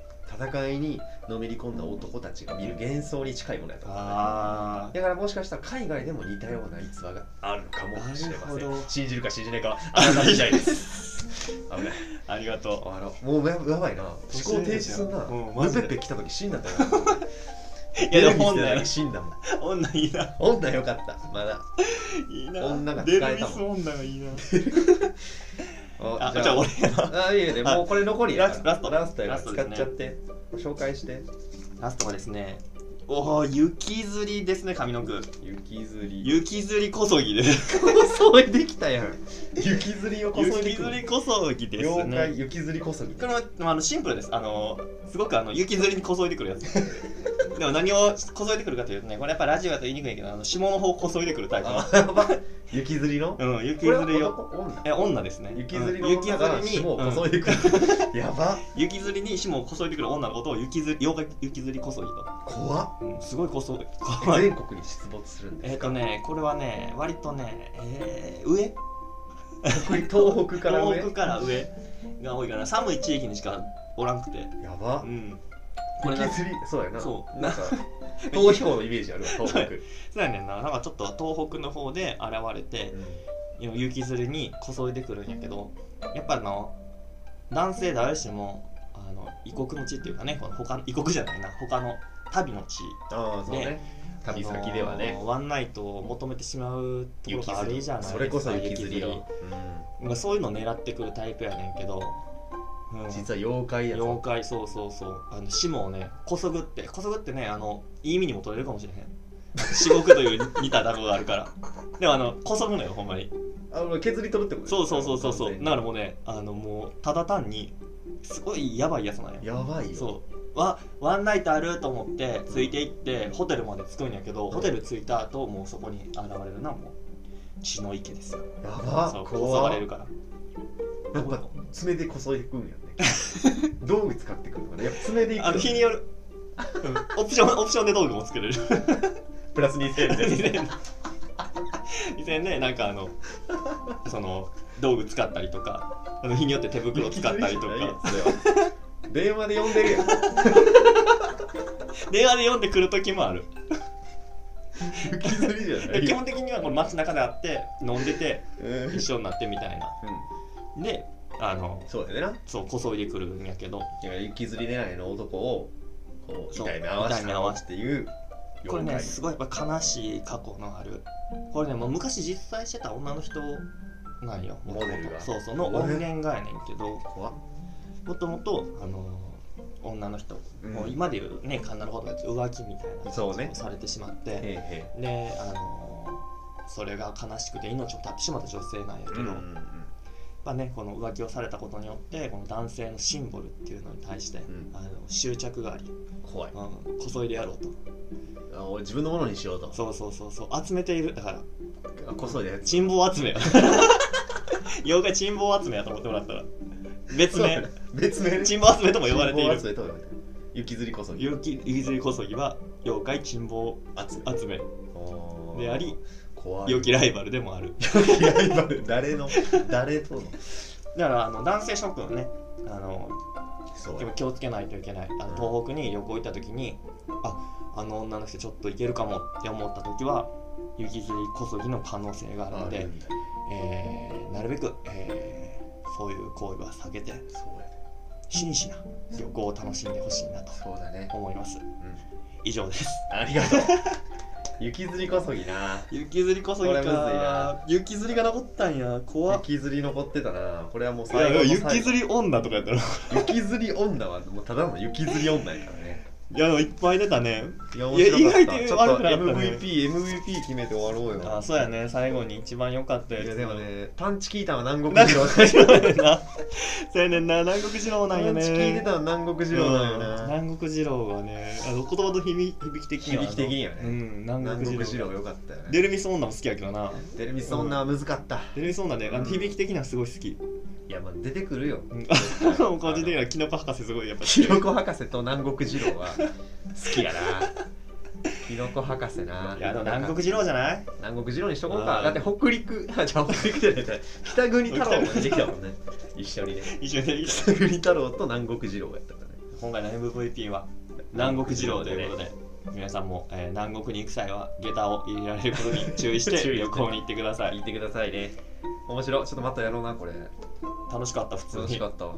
Speaker 2: 戦いにのめり込んだ男たちが見る幻想に近いものやと思う
Speaker 3: あ
Speaker 2: だからもしかしたら海外でも似たような逸話があるかもしれま
Speaker 3: な
Speaker 2: せ
Speaker 3: るほど
Speaker 2: ん信じるか信じないかはあなた次第です 危ない
Speaker 3: あありがと
Speaker 2: あのもうややばいな思考停止すんな、
Speaker 3: うんマ
Speaker 2: ル
Speaker 3: ジで
Speaker 2: ペッペ来た時死んだったよ
Speaker 3: う いやでも
Speaker 2: デルビス
Speaker 3: 女
Speaker 2: や
Speaker 3: や
Speaker 2: のに死んだもん
Speaker 3: 女いいな
Speaker 2: 女よかったまだ
Speaker 3: いいな
Speaker 2: 女が使
Speaker 3: デ
Speaker 2: え
Speaker 3: ルミ
Speaker 2: た
Speaker 3: ス
Speaker 2: も
Speaker 3: 女がいいな
Speaker 2: あ
Speaker 3: あじゃあ俺
Speaker 2: あいいねもうこれ残りやから
Speaker 3: ラスト
Speaker 2: ラストや
Speaker 3: ラス
Speaker 2: か
Speaker 3: ト
Speaker 2: ら
Speaker 3: で
Speaker 2: 使っ
Speaker 3: すね
Speaker 2: ちゃって紹介して
Speaker 3: ラストはですねおお雪吊りですね上の句
Speaker 2: 雪吊 り
Speaker 3: 雪吊りこそぎです
Speaker 2: こいできたやん雪吊りをこ
Speaker 3: 雪
Speaker 2: そいでく
Speaker 3: 吊りこそぎです
Speaker 2: 妖怪
Speaker 3: ね
Speaker 2: 雪吊りこそぎ
Speaker 3: これはまああのシンプルですあのすごくあの雪吊りにこそいで くるやつでも何をこそいでくるかというとねこれやっぱラジオだと言いにくいんやけどあの下の方こそいでくるタイプ
Speaker 2: あやばい雪吊りの
Speaker 3: うん雪
Speaker 2: これは
Speaker 3: 吊りを
Speaker 2: 男女
Speaker 3: え女ですね
Speaker 2: 雪吊り
Speaker 3: う
Speaker 2: の
Speaker 3: ん雪
Speaker 2: 女が
Speaker 3: 吊りに
Speaker 2: 霜を
Speaker 3: うん
Speaker 2: こそいでくるやば
Speaker 3: 雪吊りに霜をこそいでくる女のことを雪吊り妖怪雪吊りこそぎと、
Speaker 2: 怖っ
Speaker 3: うん、すごいこそい
Speaker 2: 全国に出没するんで
Speaker 3: え
Speaker 2: す
Speaker 3: っと
Speaker 2: か
Speaker 3: ねこれはね割とね、えー、上
Speaker 2: 北東北から上
Speaker 3: 東北から上が多いから寒い地域にしかおらんくて
Speaker 2: やば
Speaker 3: うんこれ
Speaker 2: 雪
Speaker 3: な
Speaker 2: 吊りそうやな
Speaker 3: そう
Speaker 2: なんか東飛行のイメージあるわ東北、
Speaker 3: はい そうやねんななんかちょっと東北の方で現れて雪吊りにこそいでくるんやけどやっぱあの男性誰しもあの異国の地っていうかねこの他異国じゃないな他の旅の地
Speaker 2: ああそうね
Speaker 3: ね
Speaker 2: 旅先では
Speaker 3: あ
Speaker 2: ね
Speaker 3: のワンナイトを求めてしまうところ
Speaker 2: 雪
Speaker 3: があ
Speaker 2: 吊
Speaker 3: る
Speaker 2: り
Speaker 3: じゃないですか
Speaker 2: それこそ雪吊り
Speaker 3: 雪
Speaker 2: よ、
Speaker 3: 吊りまあそういうの狙ってくるタイプやねんけど、う
Speaker 2: うんん、実は妖怪や
Speaker 3: 妖
Speaker 2: ぞ
Speaker 3: 怪そうそうそうあの霜をねこそぐってこそぐってねあのいい意味にも取れるかもしれへん 至極という似た単語があるからでもあのこそぐのよほんまに
Speaker 2: あの削り取るってこと
Speaker 3: そうそうそうそうそうだ
Speaker 2: な
Speaker 3: か
Speaker 2: る
Speaker 3: らもうねあのもうただ単にすごいやばいやつなんよ
Speaker 2: やばいよ
Speaker 3: そうわワンナイトあると思ってついていってホテルまで着くんやけどホテル着いた後もうそこに現れるのはもう血の池ですよ
Speaker 2: や
Speaker 3: そ
Speaker 2: ば
Speaker 3: うこそが
Speaker 2: 怖
Speaker 3: れ
Speaker 2: っ
Speaker 3: るか
Speaker 2: や
Speaker 3: ら
Speaker 2: っぱ爪でこそいでくんや ね道具使ってくるのかなやっぱ爪でいく
Speaker 3: あの日による、うんオプションオプションで道具も作れる
Speaker 2: プラス2000円
Speaker 3: 以
Speaker 2: で
Speaker 3: 前以前ねなんかあのその道具使ったりとかあの日によって手袋使ったりと か
Speaker 2: それは電話で呼んでるやん
Speaker 3: 電話で読んでくる時もある
Speaker 2: 雪吊りじゃな
Speaker 3: で
Speaker 2: い
Speaker 3: 基
Speaker 2: よ
Speaker 3: 本的にはこの街中で会って飲んでて
Speaker 2: うん
Speaker 3: 一緒になってみたいなであの
Speaker 2: そうだよね
Speaker 3: そうこそいでくるんやけど
Speaker 2: だから雪吊り狙いの男をこう
Speaker 3: そう
Speaker 2: 痛い目合わせ
Speaker 3: 痛い目
Speaker 2: た
Speaker 3: 合わせ
Speaker 2: っていう
Speaker 3: これね
Speaker 2: 妖
Speaker 3: すごいやっぱ悲しい過去のあるこれねもう昔実際してた女の人なんよ
Speaker 2: モデルが
Speaker 3: そうそうの音源がやねんけど
Speaker 2: 怪怖っ
Speaker 3: もともとあの女の人、
Speaker 2: うん
Speaker 3: もう今で言うねカンナルほどやつ浮気みたいな
Speaker 2: そうね
Speaker 3: をされてしまって、
Speaker 2: へえへ
Speaker 3: であのそれが悲しくて命を絶ってしまった女性なんやけ
Speaker 2: え
Speaker 3: ど、
Speaker 2: うんう
Speaker 3: ま
Speaker 2: ん
Speaker 3: あね、この浮気をされたことによってこの男性のシンボルっていうのに対して、
Speaker 2: ん
Speaker 3: あの執着があり、
Speaker 2: うん怖い
Speaker 3: うん、こそいでやろうと
Speaker 2: あ俺自分のものにしようと
Speaker 3: そうそうそうそう集めているだから
Speaker 2: あこそいでやつ
Speaker 3: 珍宝集め よ妖怪珍宝集めやと思ってもらったら別
Speaker 2: そうだ
Speaker 3: 名
Speaker 2: ね別名ね
Speaker 3: 珍宝集めとも呼ばれてい
Speaker 2: 珍宝集め
Speaker 3: る
Speaker 2: とも呼ばれてる雪吊りこそぎ
Speaker 3: ゆきゆずりこそぎは妖怪珍宝
Speaker 2: 集め
Speaker 3: 集め
Speaker 2: おー
Speaker 3: であり
Speaker 2: 怖い
Speaker 3: 良きライバルでもある
Speaker 2: ライバル誰の誰との
Speaker 3: だからあの男性諸君ねあの
Speaker 2: そう
Speaker 3: でも気をつけないといけないあの東北に旅行行った時にああの女の人ちょっといけるかもって思った時は雪切りこそぎの可能性があるので、えーなるべく、えーそういう行為は避けて
Speaker 2: そうやね
Speaker 3: 真摯な旅行を楽しんでほしいなと
Speaker 2: そうだね
Speaker 3: 思います
Speaker 2: うん
Speaker 3: 以上です
Speaker 2: ありがとう雪吊りこそぎな
Speaker 3: 雪釣りこそぎ
Speaker 2: これむずいな
Speaker 3: か雪釣りが残ったんや怖っ
Speaker 2: 雪吊り残ってたなこれはもう
Speaker 3: いや
Speaker 2: 最
Speaker 3: い
Speaker 2: 後
Speaker 3: や
Speaker 2: の最後
Speaker 3: 雪釣り女とかやったら い
Speaker 2: 雪吊り女はもうただの雪吊り女やからね
Speaker 3: やでもいっぱい出たね
Speaker 2: いや
Speaker 3: いや
Speaker 2: 面白かった
Speaker 3: 意外
Speaker 2: ち
Speaker 3: と
Speaker 2: ょっ
Speaker 3: 悪
Speaker 2: と
Speaker 3: くなかったね
Speaker 2: MVP MVP 決めて終わろうよ
Speaker 3: あそうやね最後に一番良かったや
Speaker 2: いや
Speaker 3: つ
Speaker 2: でもねパンチ聞いたんは南国
Speaker 3: 南
Speaker 2: 二郎
Speaker 3: 国二郎やな。 そうやねんな、南国二郎
Speaker 2: パ
Speaker 3: なんや
Speaker 2: ン
Speaker 3: ね。
Speaker 2: チ聞いてたんは南国二郎なんよ
Speaker 3: うん
Speaker 2: な
Speaker 3: 南国二郎はね、あの言葉の響き響き的にはあの。
Speaker 2: 響き的にはね
Speaker 3: うん、南
Speaker 2: 南国
Speaker 3: 国二郎。
Speaker 2: 二郎よかったよね
Speaker 3: デルミス女も好きやけどな。
Speaker 2: テレビそんな難かった
Speaker 3: デルミス女ね、あ
Speaker 2: うん
Speaker 3: の響き的にはすごい好 き。
Speaker 2: いやまあ出てくるよ
Speaker 3: うん 個人的にはキノコ博士すごいやっぱ好き
Speaker 2: キノコ博士と南国二郎は好きやなキノコ博士ない
Speaker 3: や、でも南国二郎じゃない
Speaker 2: 南国二郎にしとこうか
Speaker 3: あー
Speaker 2: だって北陸 あじゃあ北陸じゃない北国太郎も出てきた もんね一緒にね
Speaker 3: 一緒に出てきた
Speaker 2: 北国太郎と南国二郎やったからね
Speaker 3: 今回の MVP は南国二郎ということで。皆さんも、えー南国に行く際は下駄を入れられることに注意して
Speaker 2: 注意して
Speaker 3: 旅行に行ってくださ
Speaker 2: 聞い
Speaker 3: い
Speaker 2: てくださいね面白いちょっとまたやろうなこれ
Speaker 3: 楽しかった普通
Speaker 2: 楽
Speaker 3: に
Speaker 2: しかったわ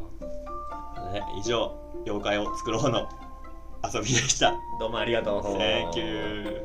Speaker 3: ね、以上、妖怪を作ろうの遊びでした。
Speaker 2: どうもありがとう
Speaker 3: Thank you.